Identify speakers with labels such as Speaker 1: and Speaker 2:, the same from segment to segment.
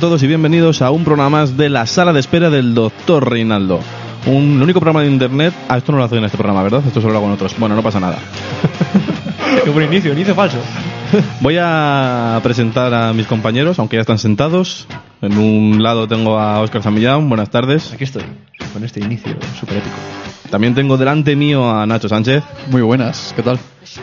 Speaker 1: todos y bienvenidos a un programa más de la sala de espera del doctor Reinaldo. Un, el único programa de internet. Ah, esto no lo hacen en este programa, ¿verdad? Esto solo lo hago en otros. Bueno, no pasa nada.
Speaker 2: Qué buen inicio, inicio falso.
Speaker 1: Voy a presentar a mis compañeros, aunque ya están sentados. En un lado tengo a Óscar Zamillán, buenas tardes.
Speaker 2: Aquí estoy, con este inicio súper épico.
Speaker 1: También tengo delante mío a Nacho Sánchez
Speaker 3: Muy buenas, ¿qué tal?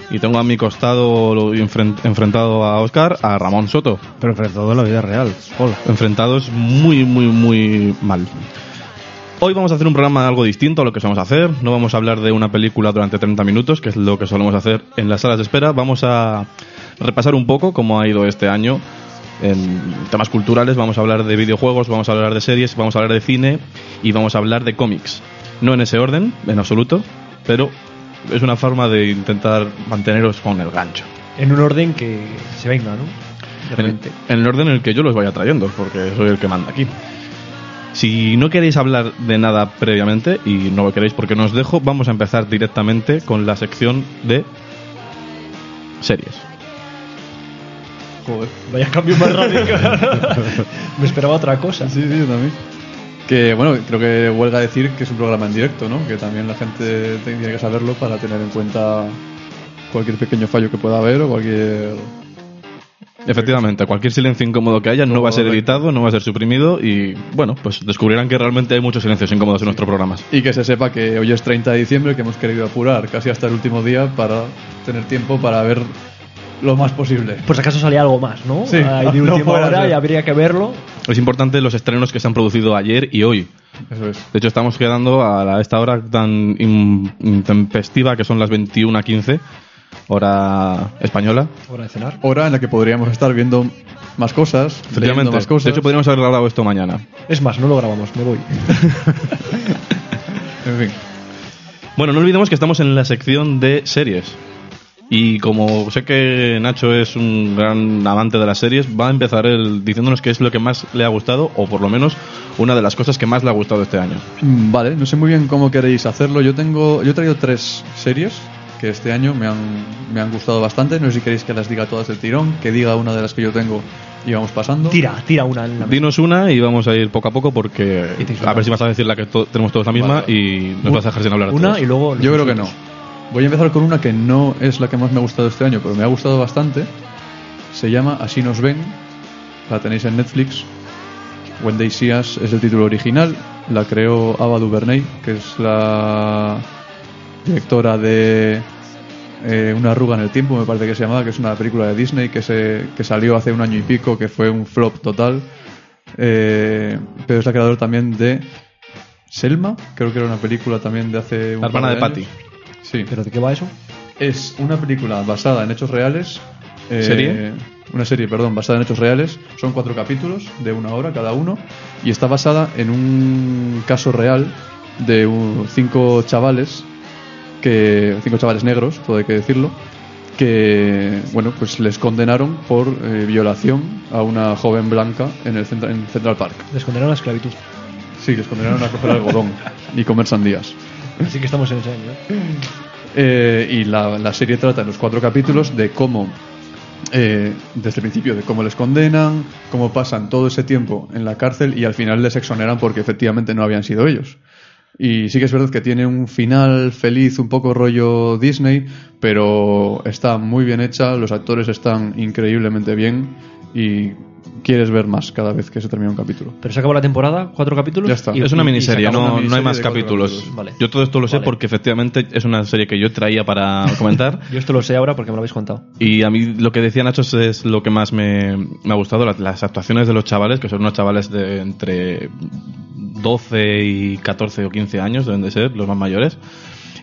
Speaker 1: y tengo a mi costado lo- enfren- enfrentado a Óscar a Ramón Soto.
Speaker 2: Pero sobre todo en la vida real. Hola.
Speaker 1: enfrentados muy, muy, muy mal. Hoy vamos a hacer un programa algo distinto a lo que solemos hacer. No vamos a hablar de una película durante 30 minutos, que es lo que solemos hacer en las salas de espera. Vamos a repasar un poco cómo ha ido este año en temas culturales. Vamos a hablar de videojuegos, vamos a hablar de series, vamos a hablar de cine y vamos a hablar de cómics. No en ese orden, en absoluto, pero es una forma de intentar manteneros con el gancho.
Speaker 2: En un orden que se venga, ¿no? De
Speaker 1: En,
Speaker 2: repente.
Speaker 1: en el orden en el que yo los vaya trayendo, porque soy el que manda aquí. Si no queréis hablar de nada previamente, y no lo queréis porque no os dejo, vamos a empezar directamente con la sección de series.
Speaker 3: Joder.
Speaker 2: Vaya cambio más radical. Me esperaba otra cosa.
Speaker 3: Sí, sí, también. Que bueno, creo que huelga decir que es un programa en directo, ¿no? Que también la gente te- tiene que saberlo para tener en cuenta cualquier pequeño fallo que pueda haber o cualquier.
Speaker 1: Efectivamente, cualquier silencio incómodo que haya no va a ser editado, no va a ser suprimido y bueno, pues descubrirán que realmente hay muchos silencios incómodos en nuestros programas.
Speaker 3: Y que se sepa que hoy es 30 de diciembre, que hemos querido apurar casi hasta el último día para tener tiempo para ver lo más posible.
Speaker 2: Por si acaso salía algo más, ¿no?
Speaker 3: Sí.
Speaker 2: Ahí de
Speaker 3: No
Speaker 2: última
Speaker 3: fuera,
Speaker 2: hora
Speaker 3: sí.
Speaker 2: y habría que verlo.
Speaker 1: Es importante los estrenos que se han producido ayer y hoy.
Speaker 3: Eso es.
Speaker 1: De hecho, estamos quedando a la- esta hora tan in- intempestiva que son las 21.15, hora española.
Speaker 2: Hora de cenar.
Speaker 3: Hora en la que podríamos estar viendo más cosas, leyendo
Speaker 1: Efectivamente.
Speaker 3: más cosas.
Speaker 1: De hecho, podríamos haber grabado esto mañana.
Speaker 2: Es más, no lo grabamos, me voy.
Speaker 3: En fin.
Speaker 1: Bueno, no olvidemos que estamos en la sección de series. Y como sé que Nacho es un gran amante de las series, va a empezar él diciéndonos qué es lo que más le ha gustado, o por lo menos una de las cosas que más le ha gustado este año.
Speaker 3: Mm, Vale, no sé muy bien cómo queréis hacerlo. Yo tengo, yo he traído tres series que este año me han, me han gustado bastante. No sé si queréis que las diga todas del tirón, que diga una de las que yo tengo y vamos pasando.
Speaker 2: Tira, tira una en la mesa.
Speaker 1: Dinos una y vamos a ir poco a poco porque
Speaker 2: Y te insultamos.
Speaker 1: a ver si vas a decir la que to- tenemos todos la misma
Speaker 3: Vale.
Speaker 1: y nos
Speaker 2: Un-
Speaker 1: vas a dejar sin hablar de
Speaker 2: Una
Speaker 1: todas.
Speaker 2: y luego. los
Speaker 3: Yo creo que no.
Speaker 2: insultos.
Speaker 3: Voy a empezar con una que no es la que más me ha gustado este año, pero me ha gustado bastante. Se llama Así nos ven. La tenéis en Netflix. When They See Us es el título original. La creó Ava DuVernay, que es la directora de eh, Una arruga en el tiempo, me parece que se llamaba, que es una película de Disney que, se, que salió hace un año y pico, que fue un flop total. Eh, pero es la creadora también de Selma, creo que era una película también de hace un
Speaker 1: La hermana
Speaker 3: par
Speaker 1: de Patty.
Speaker 3: años. Sí.
Speaker 2: ¿Pero de qué va eso?
Speaker 3: Es una película basada en hechos reales. eh,
Speaker 1: ¿Serie?
Speaker 3: Una serie, perdón, basada en hechos reales. Son cuatro capítulos de una hora cada uno. Y está basada en un caso real de un- cinco chavales, que, cinco chavales negros, todo hay que decirlo, que bueno, pues les condenaron por eh, violación a una joven blanca en, el centra- en Central Park.
Speaker 2: Les condenaron a la esclavitud.
Speaker 3: Sí, les condenaron a coger algodón y comer sandías.
Speaker 2: Así que estamos en ese año. ¿eh?
Speaker 3: Eh, y la, la serie trata en los cuatro capítulos de cómo, eh, desde el principio, de cómo les condenan, cómo pasan todo ese tiempo en la cárcel y al final les exoneran porque efectivamente no habían sido ellos. Y sí que es verdad que tiene un final feliz, un poco rollo Disney, pero está muy bien hecha, los actores están increíblemente bien y quieres ver más cada vez que se termina un capítulo.
Speaker 2: Pero se acabó la temporada, cuatro capítulos.
Speaker 3: Ya está.
Speaker 2: y-
Speaker 1: es una
Speaker 2: y- y se
Speaker 1: miniserie,
Speaker 2: acabó.
Speaker 1: no,
Speaker 3: una
Speaker 1: no
Speaker 3: miniserie
Speaker 1: hay más
Speaker 3: de cuatro
Speaker 1: capítulos.
Speaker 3: capítulos.
Speaker 2: Vale.
Speaker 1: Yo todo esto lo sé
Speaker 2: Vale.
Speaker 1: porque efectivamente es una serie que yo traía para comentar.
Speaker 2: Yo esto lo sé ahora porque me lo habéis contado.
Speaker 1: y a mí lo que decía Nacho es- es lo que más me, me ha gustado, las, las actuaciones de los chavales, que son unos chavales de entre 12 y 14 o 15 años, deben de ser los más mayores.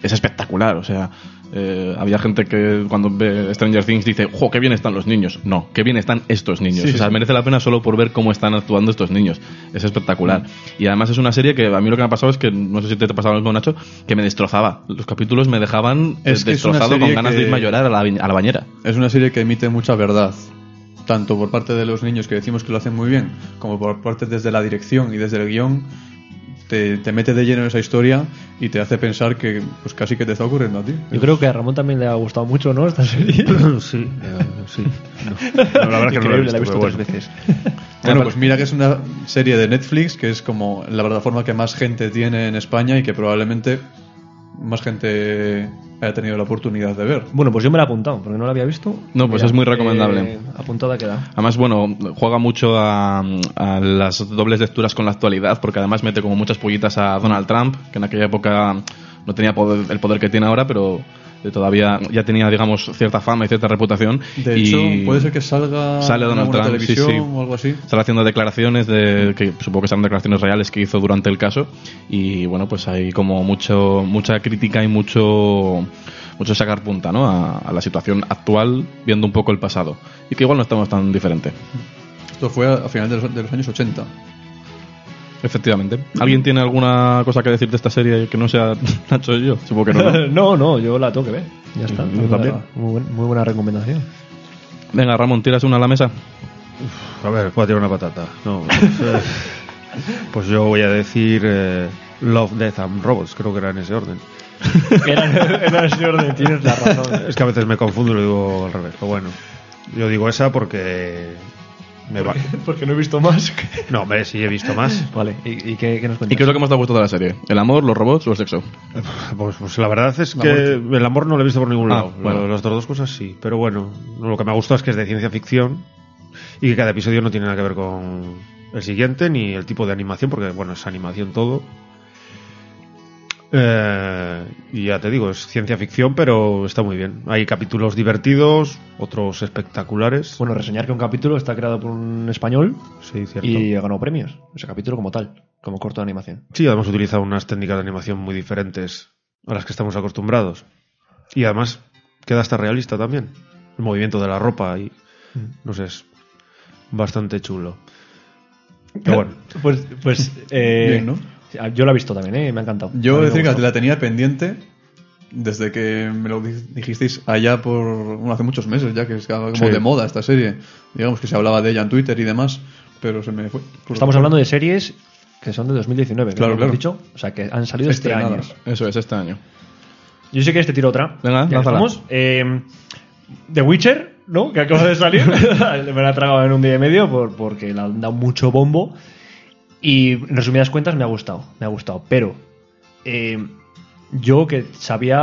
Speaker 1: Es espectacular, o sea, eh, había gente que cuando ve Stranger Things dice, ¡jo, qué bien están los niños! No, qué bien están estos niños.
Speaker 3: Sí,
Speaker 1: o sea,
Speaker 3: sí.
Speaker 1: merece la pena solo por ver cómo están actuando estos niños. Es espectacular.
Speaker 3: Mm.
Speaker 1: Y además es una serie que a mí lo que me ha pasado es que, no sé si te ha pasado lo mismo, Nacho, que me destrozaba. Los capítulos me dejaban eh,
Speaker 3: Es que es una
Speaker 1: destrozado con
Speaker 3: serie
Speaker 1: ganas de
Speaker 3: que-
Speaker 1: irme a llorar a la, bi- a la bañera.
Speaker 3: Es una serie que emite mucha verdad, tanto por parte de los niños que decimos que lo hacen muy bien, como por parte desde la dirección y desde el guión. Te, te mete de lleno en esa historia y te hace pensar que pues casi que te está ocurriendo a ti.
Speaker 1: Ah,
Speaker 2: Yo creo que a Ramón también le ha gustado mucho, ¿no? Esta serie.
Speaker 4: sí, eh, sí. No. No, la verdad que no lo he
Speaker 2: Increíble, la he
Speaker 4: visto,
Speaker 2: visto
Speaker 4: pero
Speaker 2: tres veces.
Speaker 3: Bueno,
Speaker 1: Aparte-
Speaker 3: pues mira que es una serie de Netflix que es como la plataforma que más gente tiene en España y que probablemente más gente haya tenido la oportunidad de ver.
Speaker 2: Bueno, pues yo me la he apuntado, porque no la había visto.
Speaker 1: No, pues es muy recomendable.
Speaker 2: eh, apuntada queda.
Speaker 1: Además, bueno, juega mucho a, a las dobles lecturas con la actualidad, porque además mete como muchas pullitas a Donald Trump, que en aquella época no tenía poder- el poder que tiene ahora, pero todavía ya tenía, digamos, cierta fama y cierta reputación.
Speaker 3: De
Speaker 1: Y
Speaker 3: hecho, puede ser que salga
Speaker 1: sale
Speaker 3: en
Speaker 1: Donald
Speaker 3: alguna
Speaker 1: Trump, sí,
Speaker 3: televisión
Speaker 1: sí.
Speaker 3: o algo así.
Speaker 1: Están haciendo declaraciones de que supongo que serán declaraciones reales que hizo durante el caso y bueno pues hay como mucho mucha crítica y mucho mucho sacar punta ¿no? a, a la situación actual viendo un poco el pasado y que igual no estamos tan diferente
Speaker 3: Esto fue a, a finales de los, de los años 80.
Speaker 1: efectivamente ¿alguien tiene alguna cosa que decir de esta serie que no sea Nacho y yo? supongo que no, ¿no?
Speaker 2: no, no, yo la tengo que ver. Ya está.
Speaker 1: Yo también.
Speaker 2: Muy, buen- muy buena recomendación.
Speaker 1: venga Ramón tiras una a la mesa
Speaker 4: A ver, voy a tirar una patata. No, pues, eh, pues yo voy a decir eh, Love, Death and Robots, creo que era en ese orden.
Speaker 2: Era, era el señor de tienes la razón.
Speaker 4: Es que a veces me confundo y lo digo al revés, pero bueno. Yo digo esa porque me va.
Speaker 2: Porque no he visto más.
Speaker 4: No, hombre, sí he visto más.
Speaker 2: Vale, ¿y, y qué, qué nos cuentas?
Speaker 1: ¿y qué es lo que más te ha gustado de la serie? ¿el amor, los robots o el sexo?
Speaker 4: Pues, pues la verdad es
Speaker 3: La
Speaker 4: que el amor no lo he visto por ningún
Speaker 1: Ah,
Speaker 4: lado.
Speaker 1: bueno.
Speaker 4: Lo- Las otras dos cosas sí. Pero bueno, lo que me ha gustado es que es de ciencia ficción y que cada episodio no tiene nada que ver con el siguiente ni el tipo de animación, porque bueno, es animación todo. Eh, y ya te digo, es ciencia ficción, pero está muy bien. Hay capítulos divertidos, otros espectaculares.
Speaker 2: Bueno, reseñar que un capítulo está creado por un español
Speaker 4: sí, cierto.
Speaker 2: y ha ganado premios. Ese capítulo como tal, como corto de animación.
Speaker 4: Sí, además utiliza unas técnicas de animación muy diferentes a las que estamos acostumbrados. Y además queda hasta realista también. El movimiento de la ropa y no sé, es bastante chulo. Pero bueno,
Speaker 2: Pues, pues eh,
Speaker 3: Bien, ¿no?
Speaker 2: yo la he visto también, ¿eh? me ha encantado. A mí
Speaker 3: Yo he de
Speaker 2: me
Speaker 3: decir que
Speaker 2: gustó.
Speaker 3: la tenía pendiente desde que me lo di- dijisteis allá por bueno, hace muchos meses ya que estaba como
Speaker 4: Sí.
Speaker 3: de moda esta serie. Digamos que se hablaba de ella en Twitter y demás, pero se me fue.
Speaker 2: Estamos hablando de series que son de 2019,
Speaker 3: Claro,
Speaker 2: claro,
Speaker 3: claro.
Speaker 2: dicho. O sea, que han salido este año.
Speaker 3: estrenadas.
Speaker 1: eso es este año
Speaker 2: Yo sé que este tiro otra.
Speaker 1: Venga,
Speaker 2: Ya que
Speaker 1: lánzala.
Speaker 2: estamos, eh, The Witcher, ¿no? Que acaba de salir. me la he tragado en un día y medio por- porque le han dado mucho bombo. Y en resumidas cuentas me ha gustado, me ha gustado. Pero eh, yo que sabía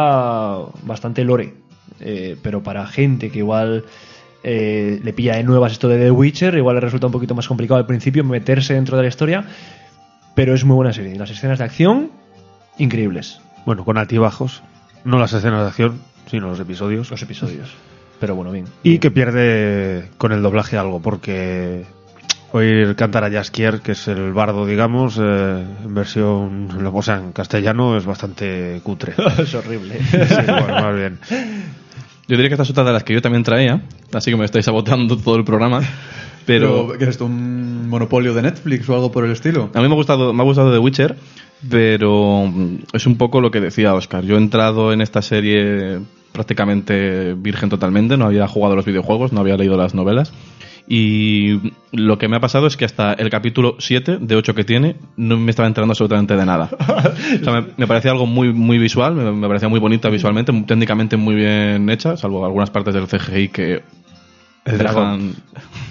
Speaker 2: bastante lore, eh, pero para gente que igual eh, le pilla de nuevas esto de The Witcher, igual le resulta un poquito más complicado al principio meterse dentro de la historia. Pero es muy buena serie. Las escenas de acción, increíbles.
Speaker 4: bueno, con altibajos, no las escenas de acción, sino los episodios.
Speaker 2: los episodios. Pero bueno, bien.
Speaker 4: Y que pierde con el doblaje algo, porque oír cantar a Jaskier, que es el bardo, digamos, eh, en versión, o sea, en castellano es bastante cutre. Sí,
Speaker 2: es horrible.
Speaker 4: bueno, más bien.
Speaker 1: yo diría que esta es otra de las que yo también traía así que me estáis sabotando todo el programa
Speaker 3: Pero, ¿qué es esto? ¿Un monopolio de Netflix o algo por el estilo?
Speaker 1: A mí me ha gustado, me ha gustado The Witcher, pero mm, es un poco lo que decía Oscar. Yo he entrado en esta serie prácticamente virgen totalmente, no había jugado a los videojuegos, no había leído las novelas. Y lo que me ha pasado es que hasta el capítulo 7 de 8 que tiene no me estaba enterando absolutamente de nada. O sea, me, me parecía algo muy, muy visual, me, me parecía muy bonita visualmente, muy- técnicamente muy bien hecha, salvo algunas partes del CGI que
Speaker 4: El
Speaker 1: dejan,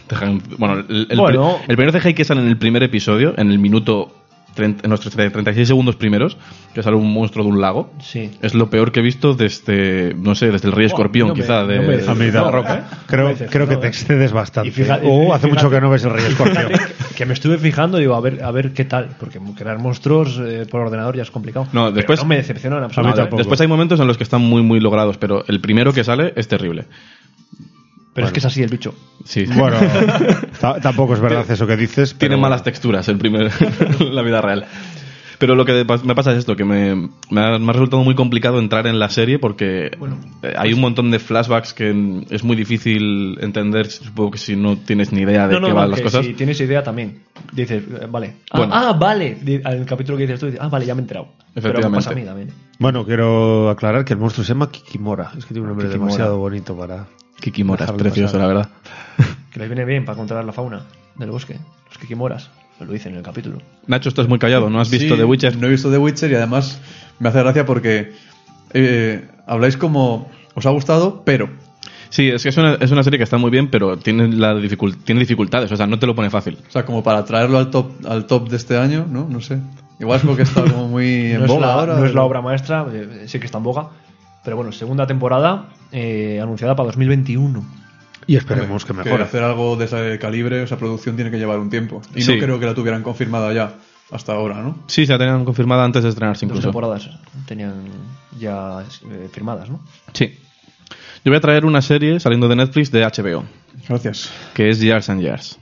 Speaker 1: dejan- Bueno, el, el
Speaker 2: Bueno.
Speaker 1: pri- el primer CGI que sale en el primer episodio, en el minuto. 30 en los 36 segundos primeros, que sale un monstruo de un lago.
Speaker 2: Sí.
Speaker 1: Es lo peor que he visto desde, no sé, desde el Rey
Speaker 2: Buah,
Speaker 1: Escorpión,
Speaker 2: no me-
Speaker 1: quizá, de,
Speaker 2: no me-
Speaker 4: A mí
Speaker 1: de
Speaker 4: da-
Speaker 1: la Eh, roca.
Speaker 4: Creo,
Speaker 2: No me
Speaker 4: creo que
Speaker 2: decepcionó,
Speaker 4: te
Speaker 2: eh.
Speaker 4: excedes bastante.
Speaker 2: Y fíjate-
Speaker 4: o
Speaker 2: fíjate-
Speaker 4: hace mucho que no ves el Rey Escorpión.
Speaker 2: que me estuve fijando y digo, a ver, a ver qué tal. Porque crear monstruos eh, por ordenador ya es complicado.
Speaker 1: No,
Speaker 2: Pero
Speaker 1: después-
Speaker 2: no me decepcionó en absoluto.
Speaker 4: A mí tampoco.
Speaker 1: Después hay momentos en los que están muy, muy logrados, pero el primero que sale es terrible.
Speaker 2: Pero es que es así el bicho.
Speaker 1: Sí.
Speaker 4: bueno, ta- tampoco es verdad eso que dices.
Speaker 1: Tiene
Speaker 4: pero
Speaker 1: malas texturas en primer, en la vida real. Pero lo que de- me pasa es esto, que me, me ha, me ha resultado muy complicado entrar en la serie porque eh, hay un montón de flashbacks que mm, es muy difícil entender, supongo que si no tienes ni idea de qué van las
Speaker 2: que
Speaker 1: cosas.
Speaker 2: Si tienes idea también. Dices, eh, vale. Ah,
Speaker 1: Bueno.
Speaker 2: Ah, vale. Di- Al capítulo que dices tú, dices, ah, vale, ya me he enterado. Pero me
Speaker 1: Efectivamente.
Speaker 2: pasa a mí también.
Speaker 4: Bueno, quiero aclarar que el monstruo se llama Kikimora. Es que tiene un nombre
Speaker 2: Kikimora.
Speaker 4: demasiado bonito para.
Speaker 1: Kikimora es
Speaker 4: Dejarlo
Speaker 1: precioso,
Speaker 4: pasar.
Speaker 1: la verdad.
Speaker 2: Que les viene bien para controlar la fauna del bosque. Los kikimoras. Lo dicen en el capítulo.
Speaker 1: Nacho, estás muy callado, ¿no has visto
Speaker 3: Sí,
Speaker 1: The Witcher?
Speaker 3: No he visto The Witcher y además me hace gracia porque eh, habláis como os ha gustado, pero.
Speaker 1: Sí, es que es una, es una serie que está muy bien, pero tiene, la dificul- tiene dificultades, o sea, no te lo pone fácil.
Speaker 3: O sea, como para traerlo al top, al top de este año, ¿no? No sé. Igual es porque está como muy en
Speaker 2: no, es
Speaker 3: boga
Speaker 2: la,
Speaker 3: ahora.
Speaker 2: no es la obra maestra, eh, sé que está en boga. Pero bueno, segunda temporada eh, anunciada para 2021.
Speaker 4: Y esperemos que
Speaker 3: Que
Speaker 4: mejore.
Speaker 3: hacer algo de ese calibre, esa producción tiene que llevar un tiempo. Y
Speaker 1: Sí.
Speaker 3: no creo que la tuvieran confirmada ya hasta ahora, ¿no?
Speaker 1: Sí, se la tenían confirmada antes de estrenarse
Speaker 2: Dos
Speaker 1: incluso.
Speaker 2: temporadas tenían ya eh, firmadas, ¿no?
Speaker 1: Sí. Yo voy a traer una serie saliendo de Netflix de HBO,
Speaker 3: Gracias.
Speaker 1: que es Years and Years.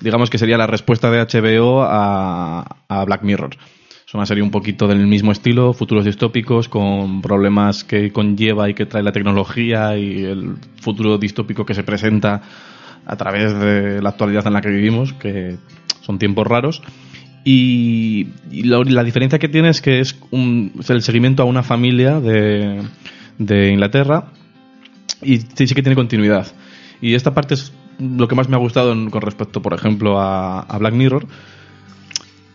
Speaker 1: Digamos que sería la respuesta de HBO a, a Black Mirror. Es una serie un poquito del mismo estilo, futuros distópicos, con problemas que conlleva y que trae la tecnología y el futuro distópico que se presenta a través de la actualidad en la que vivimos, que son tiempos raros. Y, y la, la diferencia que tiene es que es, un- es el seguimiento a una familia de, de Inglaterra y sí, sí que tiene continuidad. Y esta parte es lo que más me ha gustado en- con respecto, por ejemplo, a, a Black Mirror,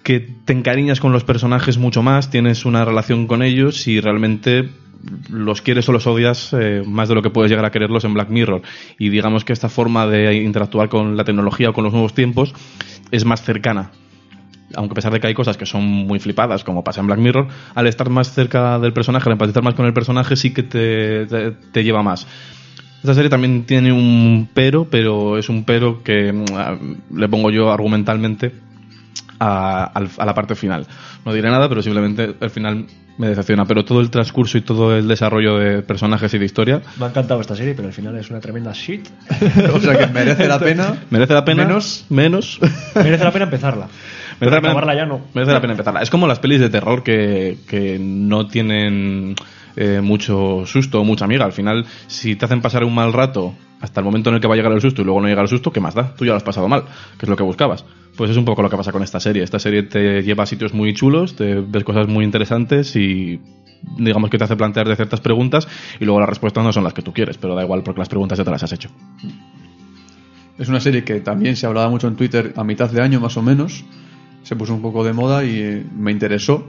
Speaker 1: que te encariñas con los personajes mucho más, tienes una relación con ellos y realmente los quieres o los odias eh, más de lo que puedes llegar a quererlos en Black Mirror. Y digamos que esta forma de interactuar con la tecnología o con los nuevos tiempos es más cercana. Aunque a pesar de que hay cosas que son muy flipadas, como pasa en Black Mirror, al estar más cerca del personaje, al empatizar más con el personaje, sí que te- te- te lleva más. Esta serie también tiene un pero, pero es un pero que mm, le pongo yo argumentalmente a, al- a la parte final. No diré nada, pero simplemente el final me decepciona. Pero todo el transcurso y todo el desarrollo de personajes y de historia
Speaker 2: Me ha encantado esta serie, pero al final es una tremenda shit.
Speaker 3: O sea, que merece la pena.
Speaker 1: merece la pena.
Speaker 3: Menos.
Speaker 1: Menos.
Speaker 2: Merece la pena empezarla.
Speaker 1: merece, la
Speaker 2: acabarla
Speaker 1: pena,
Speaker 2: ya no.
Speaker 1: merece la pena empezarla. Es como las pelis de terror que, que no tienen eh, mucho susto o mucha amiga. Al final, si te hacen pasar un mal rato hasta el momento en el que va a llegar el susto y luego no llega el susto, ¿qué más da? Tú ya lo has pasado mal, que es lo que buscabas. Pues es un poco lo que pasa con esta serie. Esta serie te lleva a sitios muy chulos, te ves cosas muy interesantes y digamos que te hace plantear de ciertas preguntas y luego las respuestas no son las que tú quieres, pero da igual porque las preguntas ya te las has hecho.
Speaker 3: Es una serie que también se hablaba mucho en Twitter a mitad de año más o menos. Se puso un poco de moda y eh, me interesó,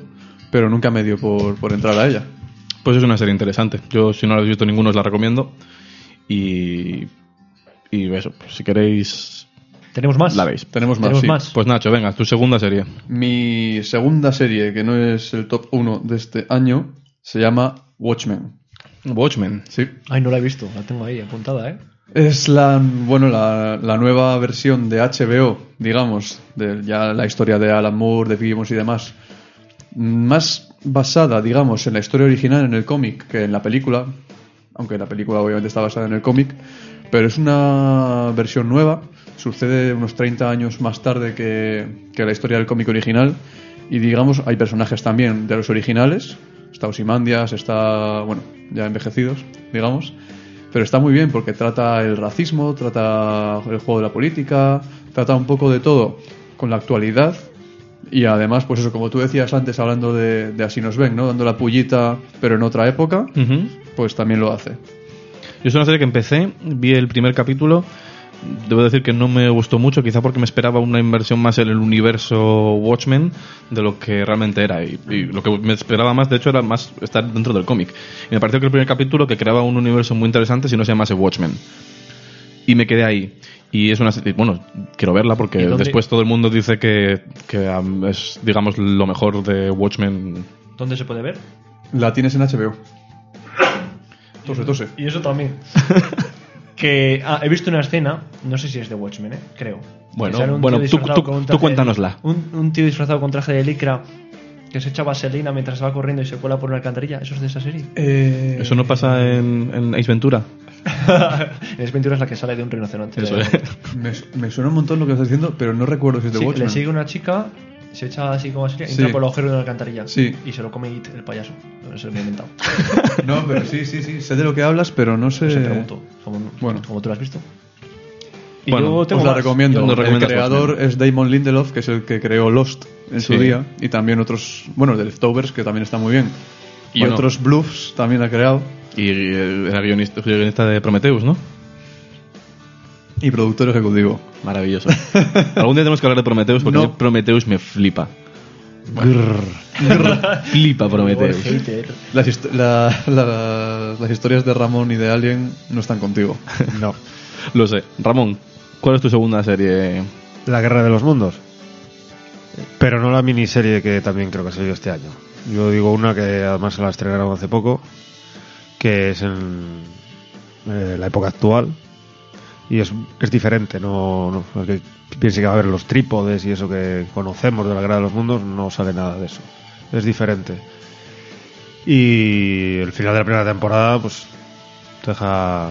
Speaker 3: pero nunca me dio por, por entrar a ella.
Speaker 1: Pues es una serie interesante. Yo, si no la habéis visto ninguno, os la recomiendo. Y. Y eso, pues, si queréis,
Speaker 2: ¿Tenemos más?
Speaker 1: la veis.
Speaker 3: Tenemos más.
Speaker 2: ¿Tenemos
Speaker 3: sí.
Speaker 2: más?
Speaker 1: Pues Nacho, venga, tu segunda serie.
Speaker 3: Mi segunda serie, que no es el top 1 de este año, se llama Watchmen.
Speaker 1: Watchmen.
Speaker 3: Sí.
Speaker 2: Ay, no la he visto, la tengo ahí apuntada, ¿eh?
Speaker 3: Es la, bueno, la, la nueva versión de HBO, digamos, de ya la historia de Alan Moore, de Gibbons y demás. Más basada, digamos, en la historia original, en el cómic, que en la película. Aunque la película obviamente está basada en el cómic. Pero es una versión nueva. Sucede unos 30 años más tarde que, que la historia del cómic original. Y digamos, hay personajes también de los originales. Está Osimandias, está, bueno, ya envejecidos, digamos. Pero está muy bien porque trata el racismo, trata el juego de la política, trata un poco de todo con la actualidad. Y además, pues eso, como tú decías antes, hablando de, de Así nos ven, ¿no? Dando la pullita, pero en otra época, pues también lo hace.
Speaker 1: Yo es una serie que empecé, vi el primer capítulo. Debo decir que no me gustó mucho, quizá porque me esperaba una inversión más en el universo Watchmen de lo que realmente era. Y, y lo que me esperaba más, de hecho, era más estar dentro del cómic. Y me pareció que el primer capítulo que creaba un universo muy interesante si no se llamase Watchmen. Y me quedé ahí. Y es una serie, bueno, quiero verla porque
Speaker 2: ¿Y dónde-
Speaker 1: después todo el mundo dice que, que, am, es, digamos, lo mejor de Watchmen.
Speaker 2: ¿Dónde se puede ver?
Speaker 3: La tienes en HBO. Tose, tose.
Speaker 2: Y eso también. que ah, he visto una escena, no sé si es de Watchmen, ¿eh? creo.
Speaker 1: Bueno,
Speaker 2: Que sale un
Speaker 1: bueno,
Speaker 2: tío
Speaker 1: tú-
Speaker 2: disfrazado
Speaker 1: tú-
Speaker 2: con un
Speaker 1: tú
Speaker 2: traje de-
Speaker 1: cuéntanosla.
Speaker 2: Un, un tío disfrazado con traje de licra que se echa vaselina mientras va corriendo y se cuela por una alcantarilla. ¿Eso es de esa serie? Eh,
Speaker 1: Eso no pasa en, en Ace Ventura.
Speaker 2: es Ventura es la que sale de un rinoceronte.
Speaker 1: Eso,
Speaker 2: De-
Speaker 1: ¿eh?
Speaker 3: Me, me suena un montón lo que estás diciendo, pero no recuerdo si es de
Speaker 2: Sí,
Speaker 3: Watchmen.
Speaker 2: le sigue una chica, se echa así como así,
Speaker 3: Sí.
Speaker 2: entra por el agujero de una alcantarilla
Speaker 3: Sí.
Speaker 2: y se lo come It, el payaso. Eso me lo he inventado.
Speaker 3: No, pero sí, sí, sí. Sé de lo que hablas, pero no sé.
Speaker 2: Se preguntó, como,
Speaker 3: bueno.
Speaker 2: como tú lo has visto. Y
Speaker 1: Bueno,
Speaker 2: yo tengo
Speaker 3: Os la
Speaker 2: más.
Speaker 3: recomiendo.
Speaker 1: Yo no
Speaker 3: el
Speaker 1: recomiendo
Speaker 3: creador
Speaker 1: Watchmen.
Speaker 3: es Damon Lindelof, que es el que creó Lost en
Speaker 1: Sí.
Speaker 3: su día. Y también otros, bueno, de Leftovers, que también está muy bien. Y
Speaker 1: Bueno.
Speaker 3: otros Bluffs también ha creado.
Speaker 1: Y eh, era guionista, guionista de Prometheus, ¿no?
Speaker 3: Y productor ejecutivo.
Speaker 1: Maravilloso. Algún día tenemos que hablar de Prometheus porque
Speaker 3: No.
Speaker 1: a mí Prometheus me flipa. Flipa, Prometheus.
Speaker 2: hater.
Speaker 3: Las, histo- la- la- las historias de Ramón y de Alien no están contigo.
Speaker 4: No.
Speaker 1: Lo sé. Ramón, ¿cuál es tu segunda serie?
Speaker 4: La Guerra de los Mundos. Pero no la miniserie que también creo que salió este año. Yo digo una que además la estrenaron hace poco, que es en eh, la época actual. Y es, es diferente, no, no- el que piense que va a haber los trípodes y eso que conocemos de la Guerra de los Mundos, no sale nada de eso. Es diferente. Y el final de la primera temporada, pues te deja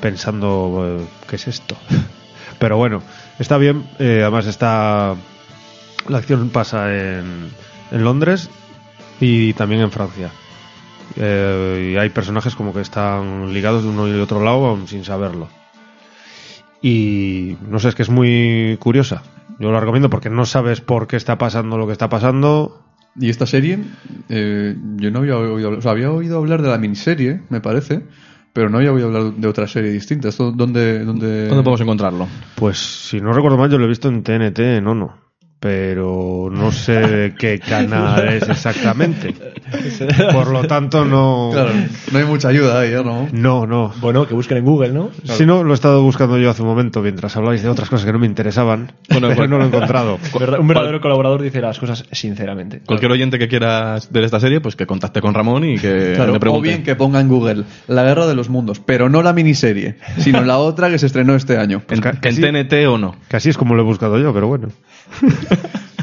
Speaker 4: pensando eh, qué es esto. Pero bueno, está bien. eh, además está la acción pasa en, en Londres y también en Francia. Eh, y hay personajes como que están ligados de uno y de otro lado aún sin saberlo. Y no sé, es que es muy curiosa. Yo lo recomiendo porque no sabes por qué está pasando lo que está pasando.
Speaker 3: Y esta serie, eh, yo no había oído, hablar- o sea, había oído hablar de la miniserie, me parece, pero no había oído hablar de otra serie distinta. ¿Esto dónde, dónde...
Speaker 1: ¿Dónde podemos encontrarlo?
Speaker 4: Pues si no recuerdo mal, yo lo he visto en TNT, en ONO. Pero no sé de qué canal es exactamente. Por lo tanto, no.
Speaker 3: Claro, no hay mucha ayuda ahí, ¿eh, Ramón?
Speaker 4: No, no.
Speaker 2: Bueno, que busquen en Google, ¿no?
Speaker 4: Si no, lo he estado buscando yo hace un momento mientras hablabais de otras cosas que no me interesaban,
Speaker 1: Bueno,
Speaker 4: pero
Speaker 3: pues.
Speaker 1: cual-
Speaker 4: no lo he encontrado.
Speaker 2: Verda- Un verdadero colaborador dice las cosas sinceramente.
Speaker 1: Cualquier oyente que quiera ver esta serie, pues que contacte con Ramón y que
Speaker 3: Claro,
Speaker 1: le
Speaker 3: o
Speaker 1: pregunte.
Speaker 3: bien que ponga en Google La Guerra de los Mundos, pero no la miniserie, sino la otra que se estrenó este año.
Speaker 1: en,
Speaker 4: Ca-
Speaker 1: en
Speaker 4: casi-
Speaker 1: TNT o no.
Speaker 4: Casi es como lo he buscado yo, pero bueno,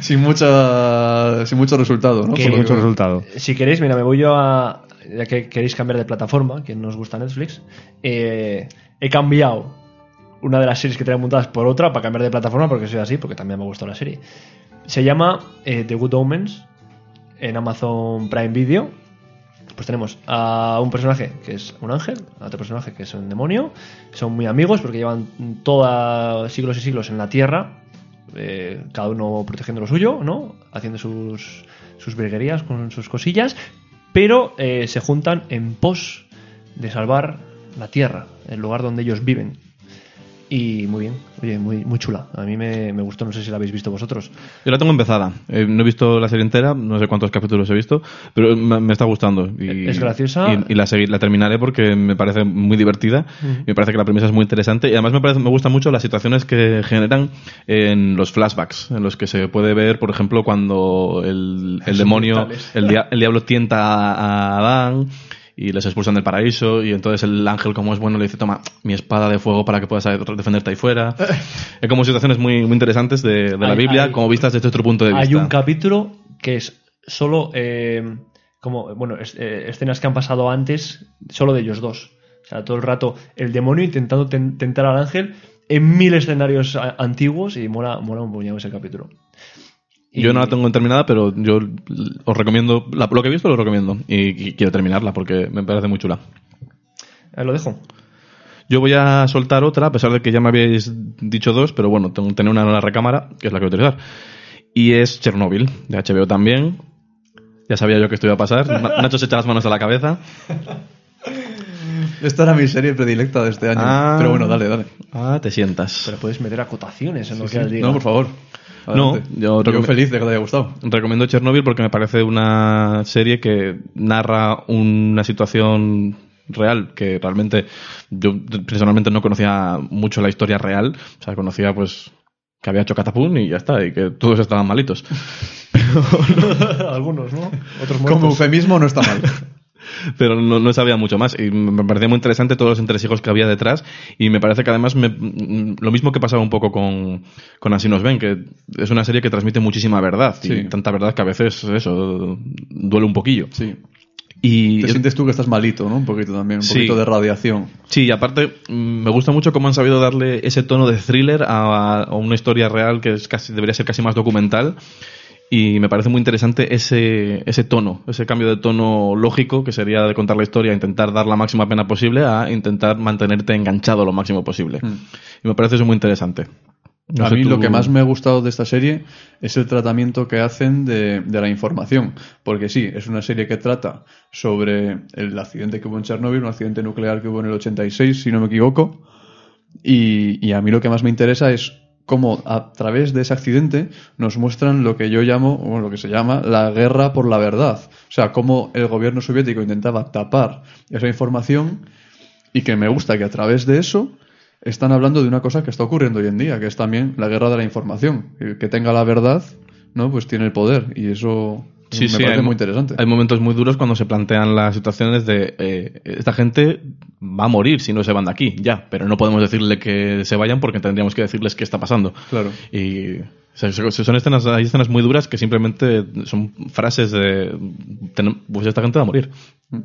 Speaker 3: Sin, mucha, sin mucho resultado, ¿no?
Speaker 2: Que-
Speaker 3: Por
Speaker 4: con
Speaker 3: lo
Speaker 4: mucho
Speaker 3: que veo.
Speaker 4: resultado.
Speaker 2: Eh, Si queréis, mira, me voy yo a. Ya que queréis cambiar de plataforma, que no os gusta Netflix, eh, he cambiado una de las series que tenía montadas por otra para cambiar de plataforma, porque soy así, porque también me gustó la serie. Se llama eh, The Good Omens en Amazon Prime Video. Pues tenemos a un personaje que es un ángel, a otro personaje que es un demonio. Son muy amigos porque llevan toda siglos y siglos en la Tierra, eh, cada uno protegiendo lo suyo, ¿no? Haciendo sus, sus virguerías con sus cosillas, pero eh, se juntan en pos de salvar la Tierra, el lugar donde ellos viven. Y muy bien, oye, muy, muy chula. A mí me, me gustó, no sé si la habéis visto vosotros.
Speaker 1: Yo la tengo empezada. Eh, no he visto la serie entera, no sé cuántos capítulos he visto, pero me, me está gustando. Y,
Speaker 2: Eh, Es graciosa.
Speaker 1: Y, y la, segui- la terminaré porque me parece muy divertida.
Speaker 2: Ujú.
Speaker 1: Me parece que la premisa es muy interesante. Y además me, parece, me gustan mucho las situaciones que generan en los flashbacks, en los que se puede ver, por ejemplo, cuando el, el demonio,
Speaker 2: brutales.
Speaker 1: el, dia- el diablo tienta a, a Adán. Y les expulsan del paraíso, y entonces el ángel, como es bueno, le dice: Toma mi espada de fuego para que puedas defenderte ahí fuera. Es como situaciones muy, muy interesantes de, de la
Speaker 2: Hay-
Speaker 1: Biblia,
Speaker 2: hay-
Speaker 1: como vistas desde otro punto de vista.
Speaker 2: Hay un capítulo que es solo eh, como bueno es- eh, escenas que han pasado antes, solo de ellos dos. O sea, todo el rato el demonio intentando ten- tentar al ángel en mil escenarios a- antiguos y mola, mola un puñado ese capítulo. Y-
Speaker 1: Yo no la tengo terminada, pero yo l- os recomiendo, la- lo que he visto lo recomiendo y, y quiero terminarla porque me parece muy chula.
Speaker 2: Ahí Eh, lo dejo.
Speaker 1: Yo voy a soltar otra, a pesar de que ya me habéis dicho dos, pero bueno, tengo, tenía una en la recámara, que es la que voy a utilizar. Y es Chernobyl, de HBO también. Ya sabía yo que esto iba a pasar. Na- Nacho se echa las manos a la cabeza.
Speaker 3: Esta era mi serie predilecta de este año.
Speaker 1: Ah.
Speaker 3: Pero bueno, dale, dale.
Speaker 1: Ah, te sientas.
Speaker 2: Pero puedes meter acotaciones en lo que él diga.
Speaker 3: No, por favor.
Speaker 1: No,
Speaker 3: Adelante.
Speaker 1: yo
Speaker 3: yo
Speaker 1: recom-
Speaker 3: feliz de que te haya gustado.
Speaker 1: Recomiendo Chernobyl porque me parece una serie que narra una situación real que realmente yo personalmente no conocía mucho la historia real, o sea, conocía pues que había hecho catapún y ya está, y que todos estaban malitos.
Speaker 2: Algunos, ¿no? Otros
Speaker 3: Como
Speaker 2: muertos.
Speaker 3: eufemismo no está mal.
Speaker 1: pero no, no sabía mucho más. Y me parecía muy interesante todos los entresijos que había detrás. Y me parece que además me- mm, lo mismo que pasaba un poco con, con Así nos ven, que es una serie que transmite muchísima verdad.
Speaker 3: Sí.
Speaker 1: Y tanta verdad que a veces eso duele un poquillo.
Speaker 3: Sí.
Speaker 1: Y
Speaker 3: Te sientes tú que estás malito, ¿no? Un poquito también, un
Speaker 1: Sí.
Speaker 3: poquito de radiación.
Speaker 1: Sí, y aparte mm, me gusta mucho cómo han sabido darle ese tono de thriller a, a una historia real que es casi, debería ser casi más documental. Y me parece muy interesante ese, ese tono, ese cambio de tono lógico que sería de contar la historia, intentar dar la máxima pena posible a intentar mantenerte enganchado lo máximo posible. Y me parece eso muy interesante. No
Speaker 3: a
Speaker 1: sé
Speaker 3: mí
Speaker 1: tú-
Speaker 3: lo que más me ha gustado de esta serie es el tratamiento que hacen de, de la información. Porque sí, es una serie que trata sobre el accidente que hubo en Chernóbil, un accidente nuclear que hubo en el 86, si no me equivoco. Y, y a mí lo que más me interesa es cómo a través de ese accidente nos muestran lo que yo llamo, o lo que se llama, la guerra por la verdad. O sea, cómo el gobierno soviético intentaba tapar esa información y que me gusta que a través de eso están hablando de una cosa que está ocurriendo hoy en día, que es también la guerra de la información. El que tenga la verdad, ¿no? Pues tiene el poder y eso me parece
Speaker 1: hay-
Speaker 3: muy interesante.
Speaker 1: Hay momentos muy duros cuando se plantean las situaciones de eh, esta gente va a morir si no se van de aquí, ya, pero no podemos decirle que se vayan porque tendríamos que decirles qué está pasando.
Speaker 3: Claro.
Speaker 1: Y o sea, so- son escenas, hay escenas muy duras que simplemente son frases de "Ten- pues esta gente va a morir.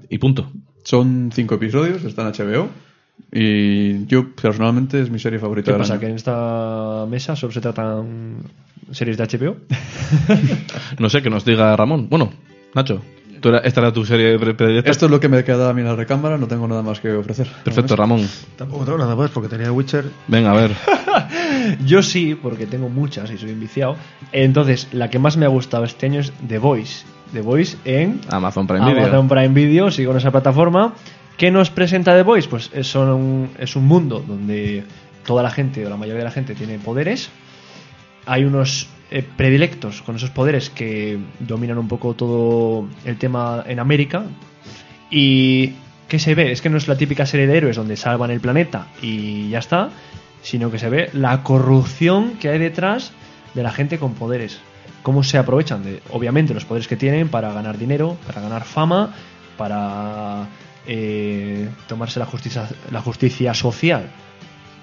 Speaker 1: Y punto.
Speaker 3: Son cinco episodios, está en HBO y yo personalmente es mi serie favorita.
Speaker 2: ¿Qué
Speaker 3: del
Speaker 2: pasa?
Speaker 3: año.
Speaker 2: ¿Que en esta mesa solo se tratan series de HBO?
Speaker 1: No sé, que nos diga Ramón. Bueno, Nacho, tú era- esta era tu serie pre- predilecta.
Speaker 3: Esto es lo que me queda a mí en la recámara, no tengo nada más que ofrecer.
Speaker 1: Perfecto, Ramón.
Speaker 4: Tampoco tengo nada más porque tenía The Witcher.
Speaker 1: Venga, a ver.
Speaker 2: Yo sí, porque tengo muchas y soy inviciado. Entonces, la que más me ha gustado este año es The Voice. The Voice en
Speaker 1: Amazon Ah, Prime Video.
Speaker 2: Amazon Prime Video, sigo en esa plataforma. ¿Qué nos presenta The Voice? Pues es un, es un mundo donde toda la gente, o la mayoría de la gente, tiene poderes. Hay unos eh, predilectos con esos poderes que dominan un poco todo el tema en América. Y ¿qué se ve? Es que no es la típica serie de héroes donde salvan el planeta y ya está, sino que se ve la corrupción que hay detrás de la gente con poderes. Cómo se aprovechan de, obviamente, los poderes que tienen para ganar dinero, para ganar fama, para eh, tomarse la justicia, la justicia social.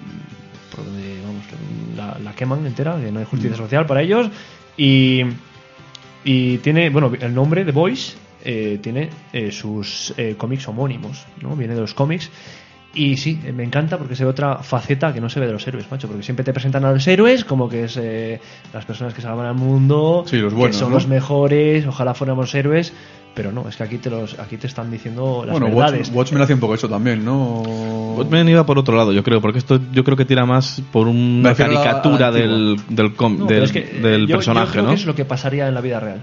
Speaker 2: Mm, Por donde, vamos, la, la queman entera, que no hay justicia
Speaker 3: Mm.
Speaker 2: social para ellos. Y y tiene, bueno, el nombre de Boys eh, tiene eh, sus eh, cómics homónimos, ¿no? Viene de los cómics. Y sí, eh, me encanta porque se ve otra faceta que no se ve de los héroes, macho. Porque siempre te presentan a los héroes como que es eh, las personas que salvan al mundo,
Speaker 3: Sí, los buenos,
Speaker 2: que son
Speaker 3: ¿no?
Speaker 2: los mejores, ojalá fuéramos héroes. Pero no, es que aquí te los aquí te están diciendo las
Speaker 3: Bueno,
Speaker 2: verdades.
Speaker 3: Watch- Watchmen hace un poco eso también, ¿no?
Speaker 1: Watchmen iba por otro lado, yo creo, porque esto yo creo que tira más por
Speaker 3: Me
Speaker 1: una
Speaker 3: refiero a la-
Speaker 1: caricatura
Speaker 3: a la
Speaker 1: del, del, com-
Speaker 2: No,
Speaker 1: del,
Speaker 2: pero es que, eh,
Speaker 1: del
Speaker 2: yo- yo
Speaker 1: personaje,
Speaker 2: creo
Speaker 1: ¿no?
Speaker 2: que es lo que pasaría en la vida real.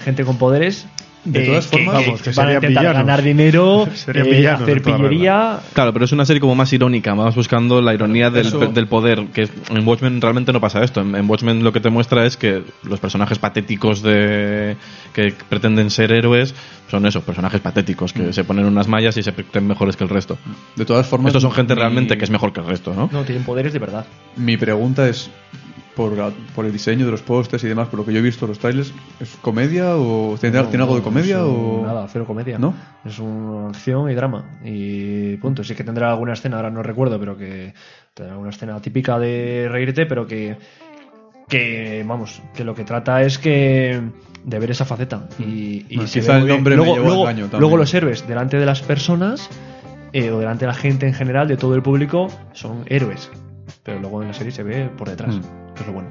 Speaker 2: Gente con poderes.
Speaker 3: De
Speaker 2: eh,
Speaker 3: todas
Speaker 2: que-
Speaker 3: formas,
Speaker 2: que
Speaker 4: vamos, que
Speaker 2: van a
Speaker 4: serían
Speaker 2: intentar
Speaker 4: villanos.
Speaker 2: ganar dinero,
Speaker 4: Serían
Speaker 2: eh,
Speaker 4: villanos,
Speaker 2: hacer
Speaker 4: de toda
Speaker 2: pillería.
Speaker 1: Claro, pero es una serie como más irónica, vamos buscando la ironía del,
Speaker 3: Eso-
Speaker 1: del poder, que es- en Watchmen realmente no pasa esto. En, en Watchmen lo que te muestra es que los personajes patéticos de que pretenden ser héroes son esos personajes patéticos que
Speaker 2: Mm.
Speaker 1: se ponen unas mallas y se creen mejores que el resto.
Speaker 3: De todas formas.
Speaker 1: Estos son gente
Speaker 3: mi-
Speaker 1: realmente que es mejor que el resto, ¿no?
Speaker 2: No, tienen poderes de verdad.
Speaker 3: Mi pregunta es: por, la- por el diseño de los postes y demás, por lo que yo he visto en los trailers, ¿es comedia o tiene, tiene algo de comedia
Speaker 2: es un-
Speaker 3: o.?
Speaker 2: Nada, cero comedia.
Speaker 3: ¿No?
Speaker 2: Es una acción y drama. Y punto. Sí que tendrá alguna escena, ahora no recuerdo, pero que tendrá alguna escena típica de reírte, pero que. Que, vamos, que lo que trata es que. De ver esa faceta. Y, y
Speaker 3: Mm. Bueno,
Speaker 2: se
Speaker 3: quizá
Speaker 2: ve
Speaker 3: el
Speaker 2: muy bien.
Speaker 3: nombre me
Speaker 2: luego,
Speaker 3: llevó al
Speaker 2: luego,
Speaker 3: baño también.
Speaker 2: luego los héroes delante de las personas. eh, o delante de la gente en general, de todo el público, son héroes. Pero luego en la serie se ve por detrás.
Speaker 3: Mm.
Speaker 2: Que es lo bueno.